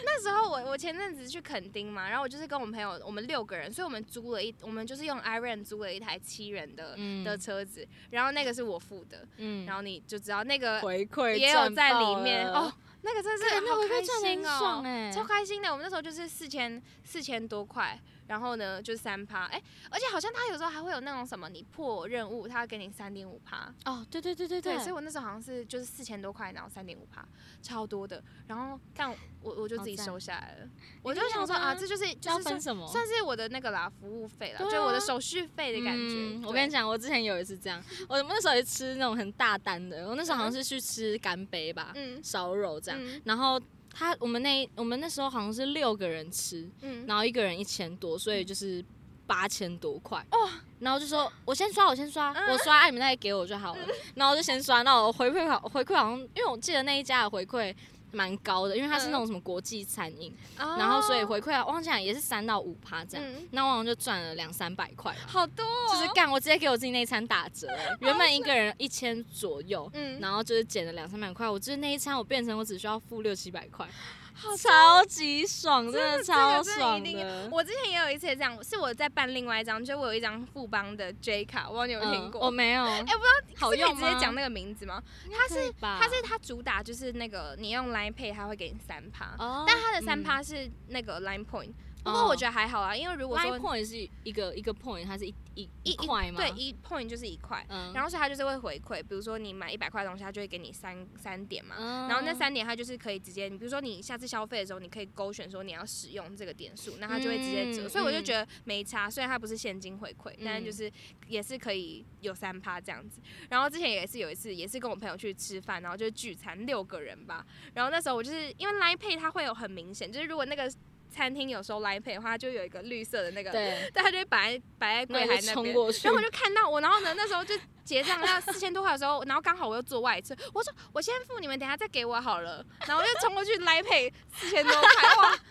S1: 那时候我我前阵子去垦丁嘛，然后我就是跟我们朋友，我们六个人，所以我们租了一，我们就是用 i r o n 租了一台七人的、
S2: 嗯
S1: 的车子，然后那个是我付的，
S2: 嗯
S1: 然后你就知道那个
S2: 回馈
S1: 也有在里面哦。那个真的是
S2: 看那
S1: 好
S2: 回
S1: 开
S2: 馈赚得
S1: 心
S2: 很爽
S1: 哦。
S2: 哎、
S1: 超开心的，我们那时候就是四千四千多块，然后呢就是三趴，哎、而且好像他有时候还会有那种什么你破任务，他会给你三点五趴，
S2: 哦，对对对对
S1: 对，
S2: 对，
S1: 所以我那时候好像是就是四千多块，然后三点五趴，超多的，然后但我我就自己
S2: 好赞
S1: 收下来了，我
S2: 一
S1: 就
S2: 定
S1: 想
S2: 要
S1: 说
S2: 的啊
S1: 啊，这就是就
S2: 要
S1: 是算
S2: 分什么？
S1: 算是我的那个啦，服务费啦，
S2: 对啊
S1: 就是我的手续费的感觉。
S2: 嗯我跟你
S1: 你
S2: 讲，我之前有一次这样，我那时候也吃那种很大单的，我那时候好像是去吃干杯吧，
S1: 嗯，
S2: 烧肉这样，
S1: 嗯
S2: 然后。他我们那我们那时候好像是六个人吃，
S1: 嗯，
S2: 然后一个人一千多，所以就是八千多块。
S1: 哦
S2: 然后就说我先刷，我先刷，
S1: 嗯
S2: 我刷，啊你们再给我就好了。然后我就先刷，那我回馈好回馈好像，因为我记得那一家的回馈蛮高的，因为它是
S1: 嗯
S2: 那种什么国际餐饮，
S1: 哦
S2: 然后所以回馈啊我忘记了也是三到五趴这样。
S1: 嗯，
S2: 那我好像就赚了两三百块吧，
S1: 好多、哦，
S2: 就是干，我直接给我自己那一餐打折欸、原本一个人一千左右。
S1: 嗯，
S2: 然后就是减了两三百块，我就是那一餐我变成我只需要付六七百块，
S1: 好
S2: 超级爽，真
S1: 这
S2: 的
S1: 个
S2: 超
S1: 哦真的
S2: 爽
S1: 一定
S2: 的。
S1: 我之前也有一次也这样，是我在办另外一张，就我有一张富邦的 J 卡，我忘记有没有听
S2: 嗯、我
S1: 过。
S2: 没有，哎、
S1: 不
S2: 知道好
S1: 是可以
S2: 用
S1: 直
S2: 吗？
S1: 接讲那个名字吗？它
S2: 可
S1: 是
S2: 以吧，
S1: 它是它主打就是那个你用 Line Pay，它会给你三趴，
S2: 哦，
S1: 但它的三
S2: 嗯哦
S1: 趴是那个 Line Point。不过我觉得还好啊，因为如果
S2: Line
S1: 说
S2: Point 是一个一个 point，它是一一
S1: 一
S2: 块吗？
S1: 对，一 point 就是一块，
S2: 嗯，
S1: 然后所以它就是会回馈，比如说你买一百块的东西，它就会给你三三点嘛。
S2: 嗯
S1: 然后那三点它就是可以直接，你比如说你下次消费的时候，你可以勾选说你要使用这个点数，那它就会直接折。
S2: 嗯
S1: 所以我就觉得没差，虽然它不是现金回馈，
S2: 嗯
S1: 但是就是也是可以有三趴这样子。然后之前也是有一次，也是跟我朋友去吃饭，然后就是聚餐六个人吧。然后那时候我就是因为 Line Pay 它会有很明显，就是如果那个餐厅有时候 Line Pay 的话，它就有一个绿色的那个，
S2: 对，
S1: 对，它就会摆在摆在柜
S2: 那
S1: 台
S2: 我
S1: 那
S2: 就
S1: 边
S2: 冲。过去
S1: 然后，我就看到我，然后呢，那时候就结账那四千多块的时候，然后刚好我又坐外侧，我说我先付你们，等一下再给我好了，然后我就冲过去来赔四千多块，哇！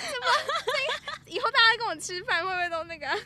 S1: 这不，这个以后大家跟我吃饭会不会都那个啊？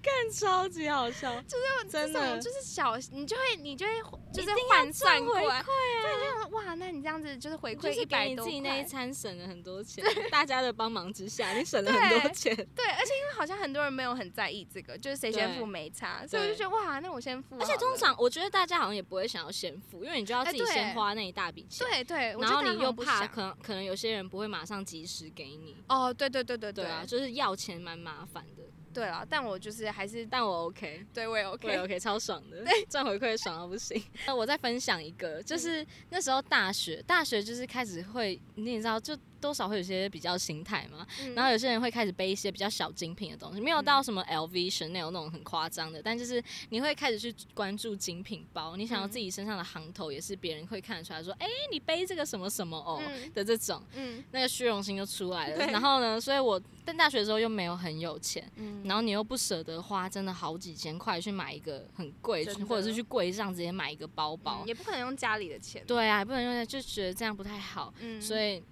S2: 看超级 好笑，就是
S1: 这
S2: 真
S1: 种
S2: 的
S1: 就是小，你就会你就会就是
S2: 一定要
S1: 换算
S2: 赚
S1: 过
S2: 回
S1: 来，对，就想说哇，那你这样子就是回
S2: 就
S1: 馈一
S2: 是
S1: 百
S2: 给你
S1: 多
S2: 自己那一
S1: 块，
S2: 餐省了很多钱，大家的帮忙之下，你省了很多
S1: 对
S2: 钱。
S1: 对，而且因为好像很多人没有很在意这个，就是谁先
S2: 对
S1: 付没差，所以我就
S2: 对
S1: 觉得哇，那我先付好了，
S2: 而且通常我觉得大家好像也不会想要先付，因为你就要
S1: 哎
S2: 自己
S1: 对
S2: 先花那一大笔钱，
S1: 对对，我
S2: 然
S1: 觉得
S2: 后
S1: 大家
S2: 你
S1: 好像
S2: 又
S1: 不
S2: 怕
S1: 想
S2: 可能可能有些人不会马上及时给你，
S1: 哦，对对对对
S2: 对啊，就是要钱蛮麻烦的，
S1: 对啊，但我就是还是
S2: 但我 OK。
S1: 对啊我也 OK，
S2: 对，OK，超爽的，赚回馈爽到不行。那我再分享一个，
S1: 嗯
S2: 就是那时候大学，大学就是开始会，你也知道，就多少会有些比较心态嘛。
S1: 嗯
S2: 然后有些人会开始背一些比较小精品的东西，没有
S1: 嗯
S2: 到什么 LV、Chanel 那种很夸张的，但就是你会开始去关注精品包，你想要
S1: 嗯
S2: 自己身上的行头也是别人会看得出来说，哎、你背这个什么什么哦、
S1: 嗯
S2: 的这种，
S1: 嗯
S2: 那个虚荣心就出来了。
S1: 对
S2: 然后呢，所以我但大学的时候又没有很有钱，
S1: 嗯，
S2: 然后你又不舍得花真的好几千块去买一个很贵
S1: 真的，
S2: 或者是去柜上直接买一个包包
S1: 嗯，也不可能用家里的钱，
S2: 对啊，不能用，就觉得这样不太好，
S1: 嗯，
S2: 所以。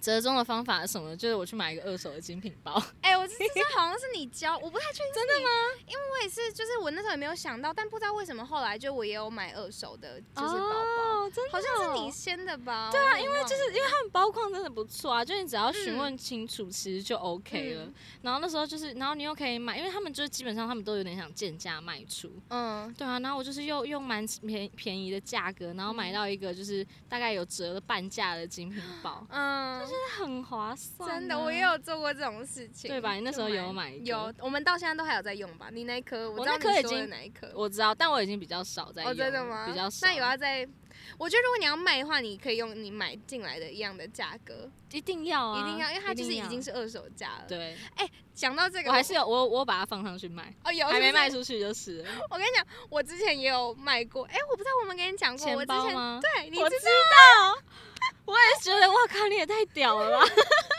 S2: 折中的方法是什么？就是我去买一个二手的精品包，
S1: 哎、我这这好像是你教，我不太确定真的吗？因为我也是，就是我那时候也没有想到，但不知道为什么后来就我也有买二手的，就是包包，
S2: 哦，真的
S1: 好像是
S2: 哦
S1: 你先的吧？对啊，因为就是因为
S2: 包框真的不错啊，就是你只要询问清楚，其实就 OK 了。
S1: 嗯
S2: 然后那时候就是，然后你又可以买，因为他们就是基本上他们都有点想贱价卖出。
S1: 嗯
S2: 对啊，然后我就是又用蛮便便宜的价格，然后买到一个就是大概有折了半价的精品包，
S1: 嗯，
S2: 那很划算啊、
S1: 真的，我也有做过这种事情，
S2: 对吧你那时候
S1: 就
S2: 有买一个
S1: 有，我们到现在都还有在用吧？你那一颗，
S2: 我
S1: 知道
S2: 那颗
S1: 你
S2: 已
S1: 说的
S2: 经
S1: 哪一颗？
S2: 我知道，但我已经比较少在
S1: 哦，
S2: 用了，
S1: 真的吗？
S2: 比较少，
S1: 那有啊要在，我觉得如果你要卖的话，你可以用你买进来的一样的价格，
S2: 一定要啊，
S1: 一定要，因为它就是
S2: 一定
S1: 已
S2: 要
S1: 经是二手价了。
S2: 对，
S1: 讲到这个，
S2: 我还是有我我把它放上去卖，
S1: 哦有
S2: 还没卖。
S1: 是
S2: 出去就是了
S1: 不是我跟你讲，我之前也有卖过，哎、我不知道我们跟你讲过，我
S2: 钱
S1: 之
S2: 包
S1: 前
S2: 吗？
S1: 对，你
S2: 我
S1: 知
S2: 知我也 觉得，哇靠，你也太屌了吧！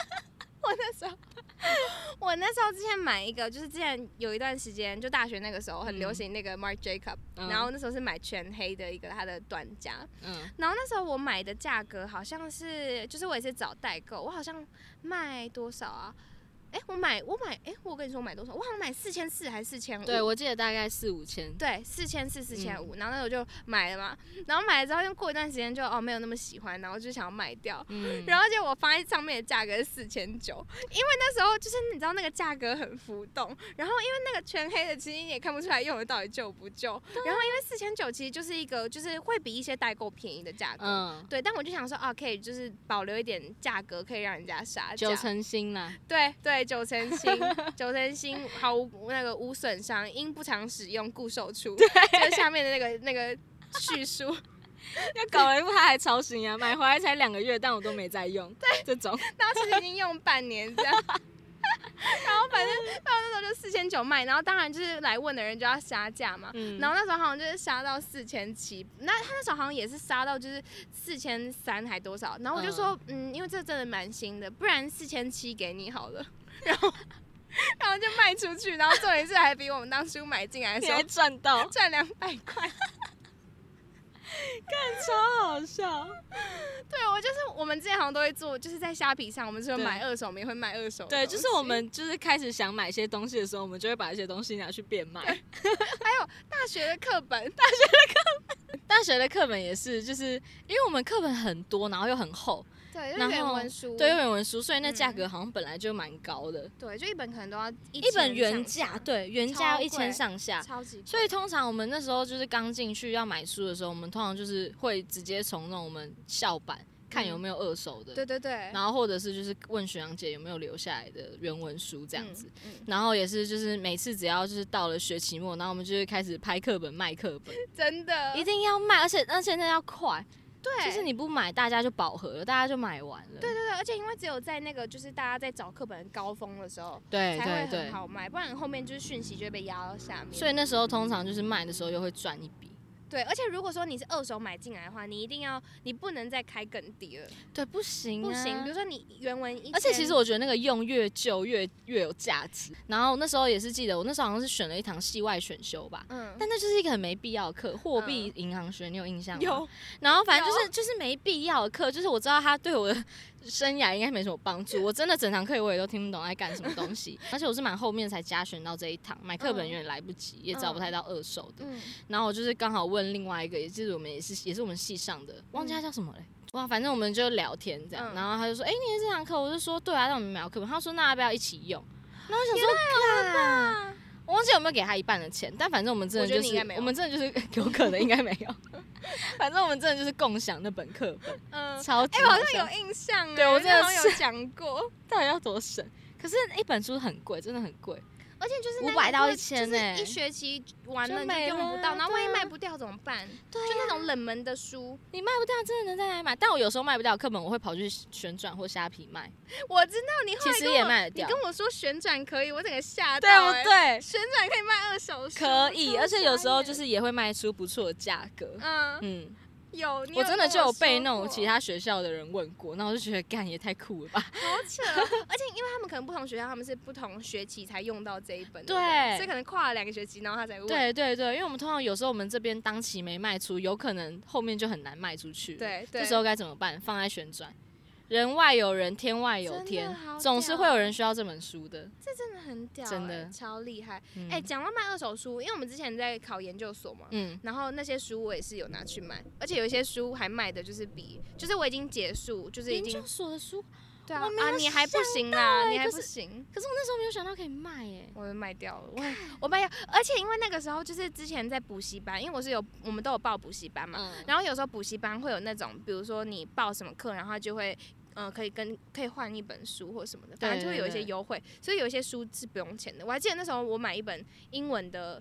S1: 我那时候， 我那时候之前买一个，就是之前有一段时间，就大学那个时候很流行那个 Marc Jacob，、
S2: 嗯
S1: 然后那时候是买全黑的一个它的短夹，
S2: 嗯，
S1: 然后那时候我买的价格好像是，就是我也是找代购，我好像卖多少啊？哎、我买我买哎、我跟你说我买多少？我好像买四千四还是四千五？
S2: 对，嗯我记得大概四五千。
S1: 对，四千四、四千五，然后那我就买了嘛。然后买了之后，又过一段时间就哦没有那么喜欢，然后就想要卖掉。
S2: 嗯，
S1: 然后结果我发现上面的价格是四千九，因为那时候就是你知道那个价格很浮动，然后因为那个全黑的，其实你也看不出来用的到底旧不旧。然后因为四千九其实就是一个就是会比一些代购便宜的价格，
S2: 嗯，
S1: 对。但我就想说啊，可以就是保留一点价格，可以让人家杀价
S2: 九。成新啦，
S1: 对对，九成新，九成新毫无那个无损伤，因不常使用故售出。就是下面的那个那个叙述。
S2: 要搞了一副他还超新啊， 买回来才两个月，但我都没在用。对，这种
S1: 然后其实已经用半年这样。然后反正到那时候就四千九卖，然后当然就是来问的人就要杀价嘛。
S2: 嗯
S1: 然后那时候好像就是杀到四千七，那他那时候好像也是杀到就是四千三还多少，然后我就说，嗯因为这真的蛮新的，不然四千七给你好 了，然后然后就卖出去，然后重点是还比我们当初买进来的
S2: 你
S1: 时候
S2: 还 赚到，
S1: 赚两百块，
S2: 超好笑。
S1: 对我就是我们之前好像都会做，就是在虾皮上，我们是会
S2: 对
S1: 买二手，我们也会卖二手的东
S2: 对，
S1: 西，
S2: 就是我们就是开始想买一些东西的时候，我们就会把一些东西拿去变卖。
S1: 大学的课本，
S2: 大学的课本也是，就是因为我们课本很多，然后又很厚，
S1: 对，就是
S2: 然
S1: 原
S2: 后
S1: 文书，
S2: 对，又有文书，所以那价格好像本来就蛮高的，
S1: 对，就一本可能都要嗯一
S2: 一本
S1: 千
S2: 原
S1: 上
S2: 价
S1: 下，
S2: 对原价要一千上下，
S1: 超级贵，
S2: 所以通常我们那时候就是刚进去要买书的时候，我们通常就是会直接从那种我们校版看有没有二手的，
S1: 嗯对对对，
S2: 然后或者是就是问学长姐有没有留下来的原文书这样子。
S1: 嗯，嗯
S2: 然后也是，就是每次只要就是到了学期末，然后我们就会开始拍课本卖课本，
S1: 真的，
S2: 一定要卖，而且而且那要快，
S1: 呃对，
S2: 就是你不买大家就饱和了，大家就买完了。
S1: 对对对，而且因为只有在那个就是大家在找课本高峰的时候，
S2: 对
S1: 才会
S2: 对
S1: 很
S2: 对，
S1: 好卖，不然后面就是讯息就会被压到下面。
S2: 所以那时候通常就是卖的时候又会赚一笔。
S1: 对，而且如果说你是二手买进来的话，你一定要你不能再开更低了，
S2: 对，不行、啊，
S1: 不行。比如说你原文一，
S2: 而且其实我觉得那个用越旧越越有价值。然后那时候也是记得，我那时候好像是选了一堂系外选修吧，
S1: 嗯
S2: 但那就是一个很没必要的课，货币银行学，你有印象吗？
S1: 有。
S2: 然后反正就是就是没必要的课，就是我知道它对我的生涯应该没什么帮助。我真的整堂课我也都听不懂在干什么 东西，而且我是蛮后面才加选到这一堂，买课本
S1: 嗯
S2: 有点来不及，也找不太到二手的。
S1: 嗯，
S2: 然后我就是刚好问另外一个，也就是我们也是也是我们系上的，忘记他叫什么嘞。哇，反正我们就聊天这样，
S1: 嗯
S2: 然后他就说：“哎、你也是这堂课？”我就说：“对啊，让我们秒课本。”他说：“那要不要一起用？”然后我想说，
S1: 啊
S2: 我忘记有没有给他一半的钱，但反正我们真的
S1: 我觉得
S2: 就
S1: 你
S2: 是
S1: 应该没有
S2: 我们真的就是 有可能应该没有，反正我们真的就是共享那本课本，
S1: 嗯，
S2: 超级
S1: 哎，我好
S2: 笑
S1: 像有印象哎，
S2: 对我真的
S1: 好像有讲 过，
S2: 到底要多省？可是一本书很贵，真的很贵，
S1: 而且就是
S2: 五
S1: 那
S2: 百
S1: 个
S2: 到
S1: 会
S2: 一千
S1: 就是
S2: 欸
S1: 一学期完
S2: 就
S1: 了就
S2: 没
S1: 用不
S2: 了
S1: 到，然后万一
S2: 对啊
S1: 卖不掉怎么办？
S2: 对啊
S1: 就那种冷门的书，
S2: 你卖不掉，真的能在哪里买？但我有时候卖不掉课本，我会跑去旋转或虾皮卖，
S1: 我知道你后
S2: 其
S1: 来
S2: 实
S1: 跟
S2: 也
S1: 我
S2: 卖得
S1: 你
S2: 掉，
S1: 跟我说旋转可以，我整个吓到、
S2: 对
S1: 欸，
S2: 不对？
S1: 旋转可以卖二手书，
S2: 可以，
S1: 超
S2: 而且有时候
S1: 傻眼
S2: 就是也会卖出不错的价格。
S1: 嗯，
S2: 嗯，
S1: 有，你
S2: 我真的就有被那种
S1: 种
S2: 其他学校的人问过，那我就觉得干也太酷了吧？
S1: 好扯，而且因为他们可能不同学校，他们是不同学期才用到这一本，
S2: 对
S1: 不对所以可能跨了两个学期，然后他才问，
S2: 对对对，因为我们通常有时候我们这边当期没卖出，有可能后面就很难卖出去。，
S1: 对对，
S2: 这时候该怎么办？放在旋转，人外有人，天外有
S1: 真的
S2: 天
S1: 好，
S2: 总是
S1: 屌
S2: 会有人需要这本书的。
S1: 这真的很屌、欸，
S2: 真的
S1: 超厉害。
S2: 嗯
S1: 哎、讲到卖二手书，因为我们之前在考研究所嘛，
S2: 嗯，
S1: 然后那些书我也是有拿去卖，而且有一些书还卖的就是比，就是我已经结束，就是已
S2: 研
S1: 经
S2: 究所的书，
S1: 对啊
S2: 我没有欸
S1: 啊，你还不行啦，你还
S2: 可
S1: 不
S2: 是
S1: 行，
S2: 可是我那时候没有想到可以卖耶。
S1: 我就卖掉了，我我卖掉，而且因为那个时候就是之前在补习班，因为我是有我们都有报补习班嘛，
S2: 嗯，
S1: 然后有时候补习班会有那种，比如说你报什么课，然后它就会。嗯、可以跟可以换一本书或什么的，反正就会有一些
S2: 对对对
S1: 优惠，所以有一些书是不用钱的。我还记得那时候我买一本英文的，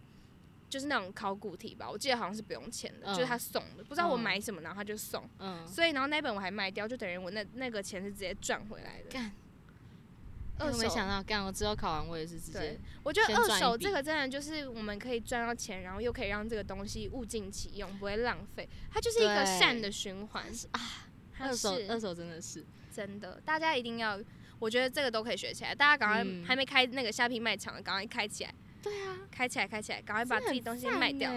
S1: 就是那种考古题吧，我记得好像是不用钱的，
S2: 嗯
S1: 就是他送的，不知道我
S2: 嗯
S1: 买什么，然后他就送。
S2: 嗯，
S1: 所以然后那本我还卖掉，就等于我那那个钱是直接赚回来的。
S2: 干，
S1: 二
S2: 我没
S1: 手
S2: 想到，干，我之后考完我也是直接
S1: 对。我觉得
S2: 先
S1: 二
S2: 赚一
S1: 手
S2: 笔
S1: 这个真的就是我们可以赚到钱，然后又可以让这个东西物尽其用，不会浪费，它就是一个
S2: 对
S1: 善的循环啊。它
S2: 二手
S1: 是
S2: 二手真的是，
S1: 真的，大家一定要，我觉得这个都可以学起来。大家赶快、
S2: 嗯
S1: 还没开那个虾皮卖场的，赶快开起来，
S2: 对啊，
S1: 开起来，开起来，赶快把自己东西卖掉。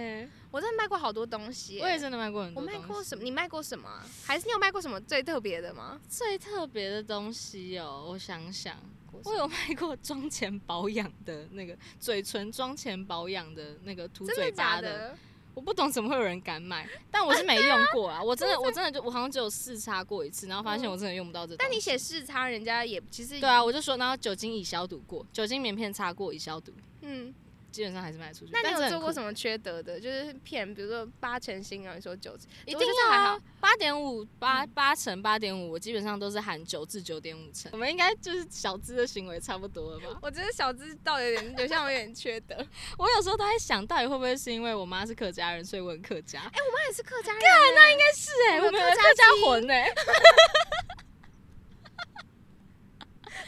S1: 我真的卖过好多东西耶、
S2: 欸我也真的卖过很
S1: 我
S2: 多东
S1: 卖
S2: 西。
S1: 过什么？你卖过什么啊、还是你有卖过什么最特别的吗？
S2: 最特别的东西哦，我想想，
S1: 过
S2: 我有卖过妆前保养的那个嘴唇妆前保养的那个涂
S1: 真
S2: 嘴
S1: 的
S2: 巴
S1: 假
S2: 的，？我不懂怎么会有人敢买，但我是没用过啊，我真的我真的就我好像只有试擦过一次，然后发现
S1: 嗯
S2: 我真的用不到这东西。
S1: 但你写视差，人家也其实
S2: 对啊，，我就说，然后酒精已消毒过，酒精棉片擦过已消毒，
S1: 嗯，
S2: 基本上还是卖出去。
S1: 那你
S2: 但是
S1: 有
S2: 很
S1: 做过
S2: 酷
S1: 什么缺德的？就是骗，比如说八成新，然后你说九成，
S2: 一
S1: 我
S2: 定
S1: 觉得
S2: 要
S1: 还
S2: 啊嗯
S1: 好，
S2: 八点五八八成八点五，我基本上都是含九至九点五成。我们应该就是小资的行为差不多了吧？
S1: 我觉得小资到有点，有像我有点缺德。我
S2: 我有时候都在想，到底会不会是因为我妈是客家人，所以我很客家？哎、
S1: 妈也是客家人，那应该
S2: 是哎、
S1: 我
S2: 我
S1: 们
S2: 们
S1: 有
S2: 有客
S1: 客
S2: 家魂哎、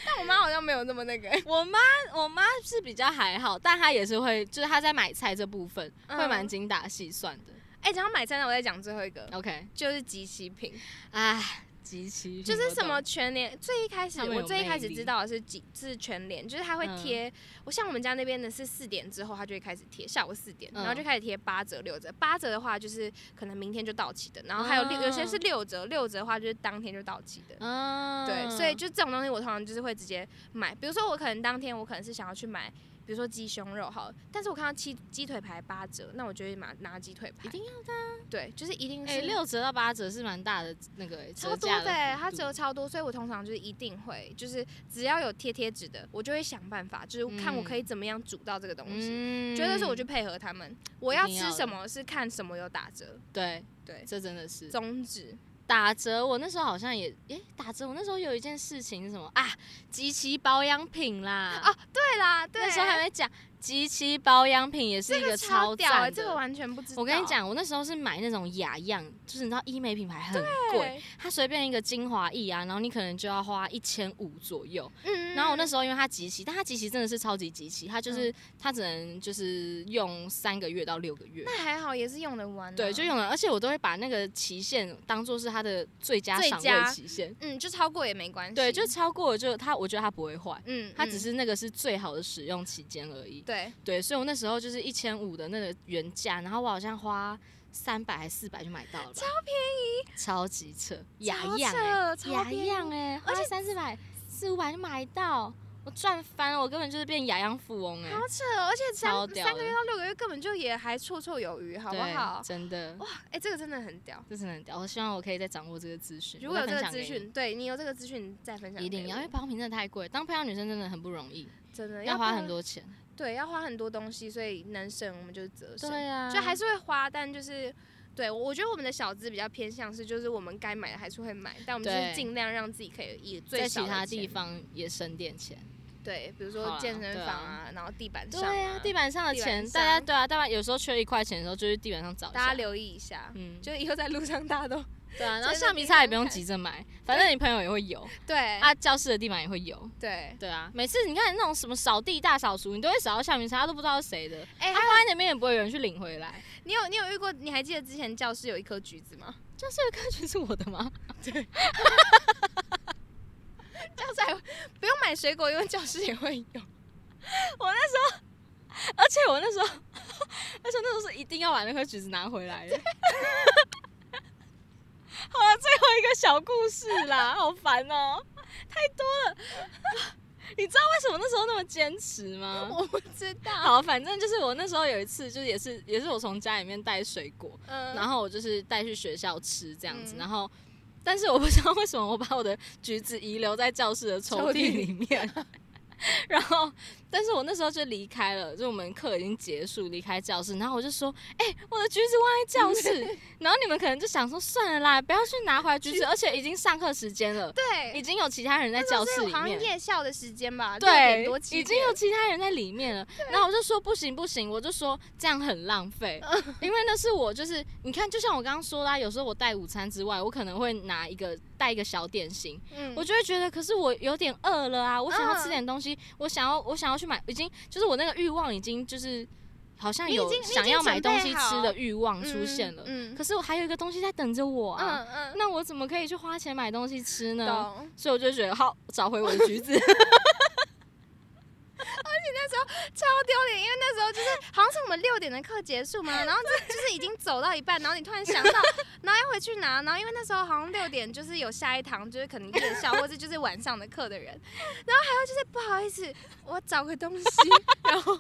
S1: 但我妈好像没有那么那个、 欸
S2: 我妈我妈是比较还好，但她也是会，就是她在买菜这部分、 会蛮精打细算的。
S1: 嗯哎、讲到买菜呢，我再讲最后一个，
S2: OK，
S1: 就是集齐品，
S2: 哎，极其
S1: 就是
S2: 我
S1: 什么
S2: 懂
S1: 全联。最一开始
S2: 他们
S1: 我
S2: 有
S1: 最一开始
S2: 魅力
S1: 知道的是集是全联，就是他会
S2: 嗯
S1: 贴。我像我们家那边的是四点之后，他就会开始贴，下午四点，
S2: 嗯
S1: 然后就开始贴八折、六折。八折的话就是可能明天就到期的，然后还有六、有些是六折，六折的话就是当天就到期的。
S2: 哦嗯，
S1: 对，所以就这种东西，我通常就是会直接买。比如说，我可能当天我可能是想要去买，比如说鸡胸肉好了，但是我看到鸡鸡腿排八折，那我就会拿拿鸡腿排。
S2: 一定
S1: 要的、对，就是一定是、
S2: 哎、六折到八折是蛮大的那个、欸、
S1: 超
S2: 折
S1: 多
S2: 价
S1: 的、
S2: 的
S1: 欸，
S2: 幅
S1: 它
S2: 度
S1: 折超多，所以我通常就是一定会，就是只要有贴贴纸的，我就会想办法，就是看我可以怎么样煮到这个东西。
S2: 嗯
S1: 绝对是我去配合他们，我要
S2: 一定要
S1: 吃
S2: 的
S1: 什么是看什么有打折，
S2: 对
S1: 对，
S2: 这真的是
S1: 宗旨。
S2: 打折。我那时候好像也诶、打折，我那时候有一件事情是什么啊？集齐保养品啦
S1: 啊对啦，对，
S2: 那时候还没讲集齐保养品也是一
S1: 这个
S2: 超
S1: 屌哎、
S2: 赞的。
S1: 这个完全不知道。
S2: 我跟你，讲，我那时候是买那种雅漾，就是你知道医美品牌很贵，，它随便一个精华液啊，然后你可能就要花一千五左右。
S1: 嗯，
S2: 然后我那
S1: 时
S2: 时候因为它集齐，但它集齐真的是超级集齐，它
S1: 嗯
S2: 就是、它只能就是用三个月到六个月。
S1: 那还好，也是用得完、啊，
S2: 对，就用了，而且我都会把那个期限当做是它的最佳
S1: 最
S2: 赏
S1: 佳
S2: 味期限。
S1: 嗯，就超过也没关系，
S2: 对，就超过了就它，我觉得它不会坏，
S1: 嗯，
S2: 它
S1: 嗯
S2: 只是那个是最好的使用期间而已。
S1: 对，
S2: 对，所以我那时候就是一千五的那个原价，然后我好像花三百还四百就买到了，超便宜，超级扯，雅
S1: 超
S2: 漾欸
S1: 扯超
S2: 雅
S1: 便宜
S2: 漾哎，花三四百四五百就买到，我赚翻了，我根本就是变雅漾富翁哎、
S1: 好扯哦，而且三
S2: 超屌
S1: 三个
S2: 的
S1: 月到六个月根本就也还绰绰有余，好不
S2: 对
S1: 好？
S2: 真的，
S1: 哇，哎、这个真的很屌。
S2: 这真的很屌，我希望我可以再掌握这个资讯，
S1: 如
S2: 我
S1: 果
S2: 再
S1: 有这个
S2: 分享
S1: 资
S2: 给你
S1: 讯，对你有这个资讯，你再分享
S2: 一定
S1: 给
S2: 要，
S1: 我
S2: 因为保养品真的太贵，当漂亮女生真的很不容易，
S1: 真的
S2: 要
S1: 不
S2: 花
S1: 然
S2: 很，多钱。
S1: 对，要花很多东西，所以能省我们就是折省，
S2: 对啊，
S1: 就还是会花，但就是对我我觉得我们的小资比较偏向是，就是我们该买的还是会买，但我们就是
S2: 对
S1: 尽量让自己可以以最
S2: 在
S1: 少
S2: 其
S1: 的
S2: 他
S1: 钱
S2: 地，方也省点钱。
S1: 对，比如
S2: 好
S1: 说
S2: 啦
S1: 健身
S2: 对
S1: 房
S2: 啊
S1: 啊，然后地板
S2: 对
S1: 上
S2: 啊，地板上的
S1: 地板
S2: 钱，
S1: 上
S2: 大家对啊，大家有时候缺一块钱的时候，就去地板上找一下。
S1: 大家留意一下，
S2: 嗯，
S1: 就以后在路上大 家都
S2: 对啊，然后
S1: 真的
S2: 橡皮
S1: 地
S2: 擦也
S1: 方
S2: 不用
S1: 看
S2: 急着买，反正你朋友也会有
S1: 对
S2: 啊，教室的地板也会有。
S1: 对，
S2: 对啊，每次你看那种什么扫地大扫除，你都会扫到橡皮擦，都不知道是谁的，
S1: 哎、
S2: 它放在那边也不会有人去领回来。
S1: 你有你有遇过？你还记得之前教室有一颗橘子吗？
S2: 教室的歌曲是我的吗？
S1: 教室还会不用买水果，因为教室也会有。
S2: 而且我那时候， 而且那时候是一定要把那颗橘子拿回来的。 好了，最后一个小故事啦， 好烦哦、太多了。 你知道为什么那时候那么坚持吗？
S1: 我不知道，
S2: 好，反正就是我那时候有一次，就是也是也是我从家里面带水果，
S1: 嗯
S2: 然后我就是带去学校吃这样子，
S1: 嗯
S2: 然后。但是我不知道为什么我把我的橘子遗留在教室的抽
S1: 抽屉
S2: 屉里面， 然后，但是我那时候就离开了，就我们课已经结束，离开教室，然后我就说，哎、我的橘子忘在教 室，然后你们可能就想说，算了啦，不要去拿回来橘子，而且已经上课时间了，已
S1: 对，
S2: 经有其他人在
S1: 那
S2: 教
S1: 时
S2: 室
S1: 候是
S2: 里
S1: 好像
S2: 面，
S1: 夜校的时间吧，六点
S2: 对
S1: 啊多，七
S2: 已经有其他人在里面了。然后我就说不行不行，我就说这样很浪费，
S1: 嗯
S2: 因为那是我就是你看，就像我刚刚说啦、有时候我带午餐之外，我可能会拿一个带一个小点心，
S1: 嗯
S2: 我就会觉得，可是我有点饿了啊，我想要
S1: 嗯
S2: 吃点东西，我想要我想要去买，已经就是我那个欲望已经就是好像
S1: 你已
S2: 有
S1: 经你已
S2: 想
S1: 经
S2: 要
S1: 准
S2: 买
S1: 备
S2: 东西
S1: 好
S2: 吃的欲望出现了，
S1: 嗯
S2: 可是我还有一个东西在等着我啊，
S1: 嗯嗯
S2: 那我怎么可以去花钱买东西吃
S1: 嗯，
S2: 呢？
S1: 懂。
S2: 所以我就觉得好，找回我的橘子。
S1: 超丢脸，因为那时候就是好像是我们六点的课结束嘛，然后就就是已经走到一半，然后你突然想到， 然后要回去拿，然后因为那时候好像六点就是有下一堂，就是可能夜校或者就是晚上的课的人，然后还有就是不好意思，我找个东西，然后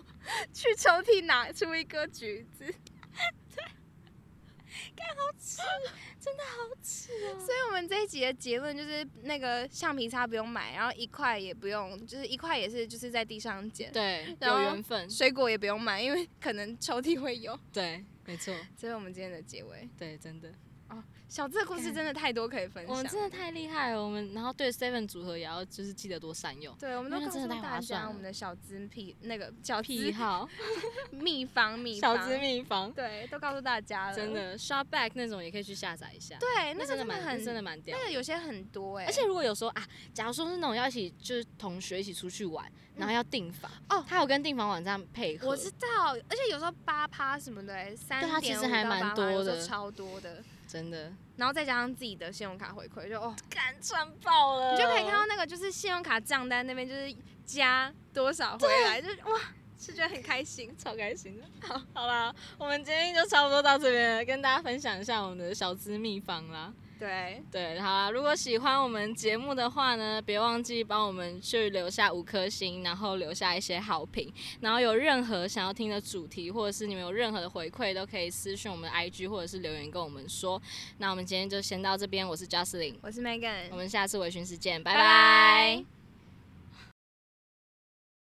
S1: 去抽屉拿出一个橘子，所以我们这一集的结论就是那个橡皮擦不用买，然后一块也不用，就是一块也是就是在地上捡，
S2: 对，
S1: 然
S2: 有
S1: 后
S2: 缘分，
S1: 水果也不用买，因为可能抽屉会有。
S2: 对，没错，
S1: 这是我们今天的结尾。
S2: 对，真的，
S1: 哦小智的故事真的太多可以分享，
S2: 我们真的太厉害了，我们然后对 Seven 组合也要就是记得多善用。
S1: 对，我们都
S2: 因为
S1: 告
S2: 那真
S1: 诉
S2: 的太
S1: 大
S2: 划算
S1: 家
S2: 了
S1: 我们的小资癖那个小
S2: 癖
S1: 资
S2: 好，
S1: 秘方秘
S2: 小
S1: 方，
S2: 资秘方，
S1: 对，都告诉大家了，
S2: 真 的 s h o p back 那种也可以去下载一下，
S1: 对，
S2: 那
S1: 那
S2: 真
S1: 个
S2: 的蛮
S1: 很
S2: 那真的蛮屌
S1: 那。个有些很多哎、
S2: 而且如果有时候啊，假如说是那种要一起就是同学一起出去玩，然后要订房
S1: 哦
S2: 他有跟订房网站配合，
S1: 我知道，而且有时候八趴什么的、欸，三
S2: 它啊其
S1: 点
S2: 实
S1: 五到
S2: 还蛮
S1: 八
S2: 多
S1: 趴，有时
S2: 的
S1: 候超多的，
S2: 真的
S1: 然后再加上自己的信用卡回馈，就哦，
S2: 干赚爆了
S1: 你就可以看到
S2: 呃
S1: 那个就是信用卡账单那边就是加多少回来，就是哇，是觉得很开心。
S2: 超开心的。好，好啦，我们今天就差不多到这边了，跟大家分享一下我们的小资秘方啦。
S1: 对，
S2: 对，好啊啦，如果喜欢我们节目的话呢，别忘记帮我们去留下五颗星，然后留下一些好评。然后有任何想要听的主题，或者是你们有任何的回馈，都可以私讯我们的 IG 或者是留言跟我们说。那我们今天就先到这边，我是 Jocelyn，
S1: 我是 Megan，
S2: 我们下次微醺时见，拜
S1: 拜
S2: 拜
S1: 拜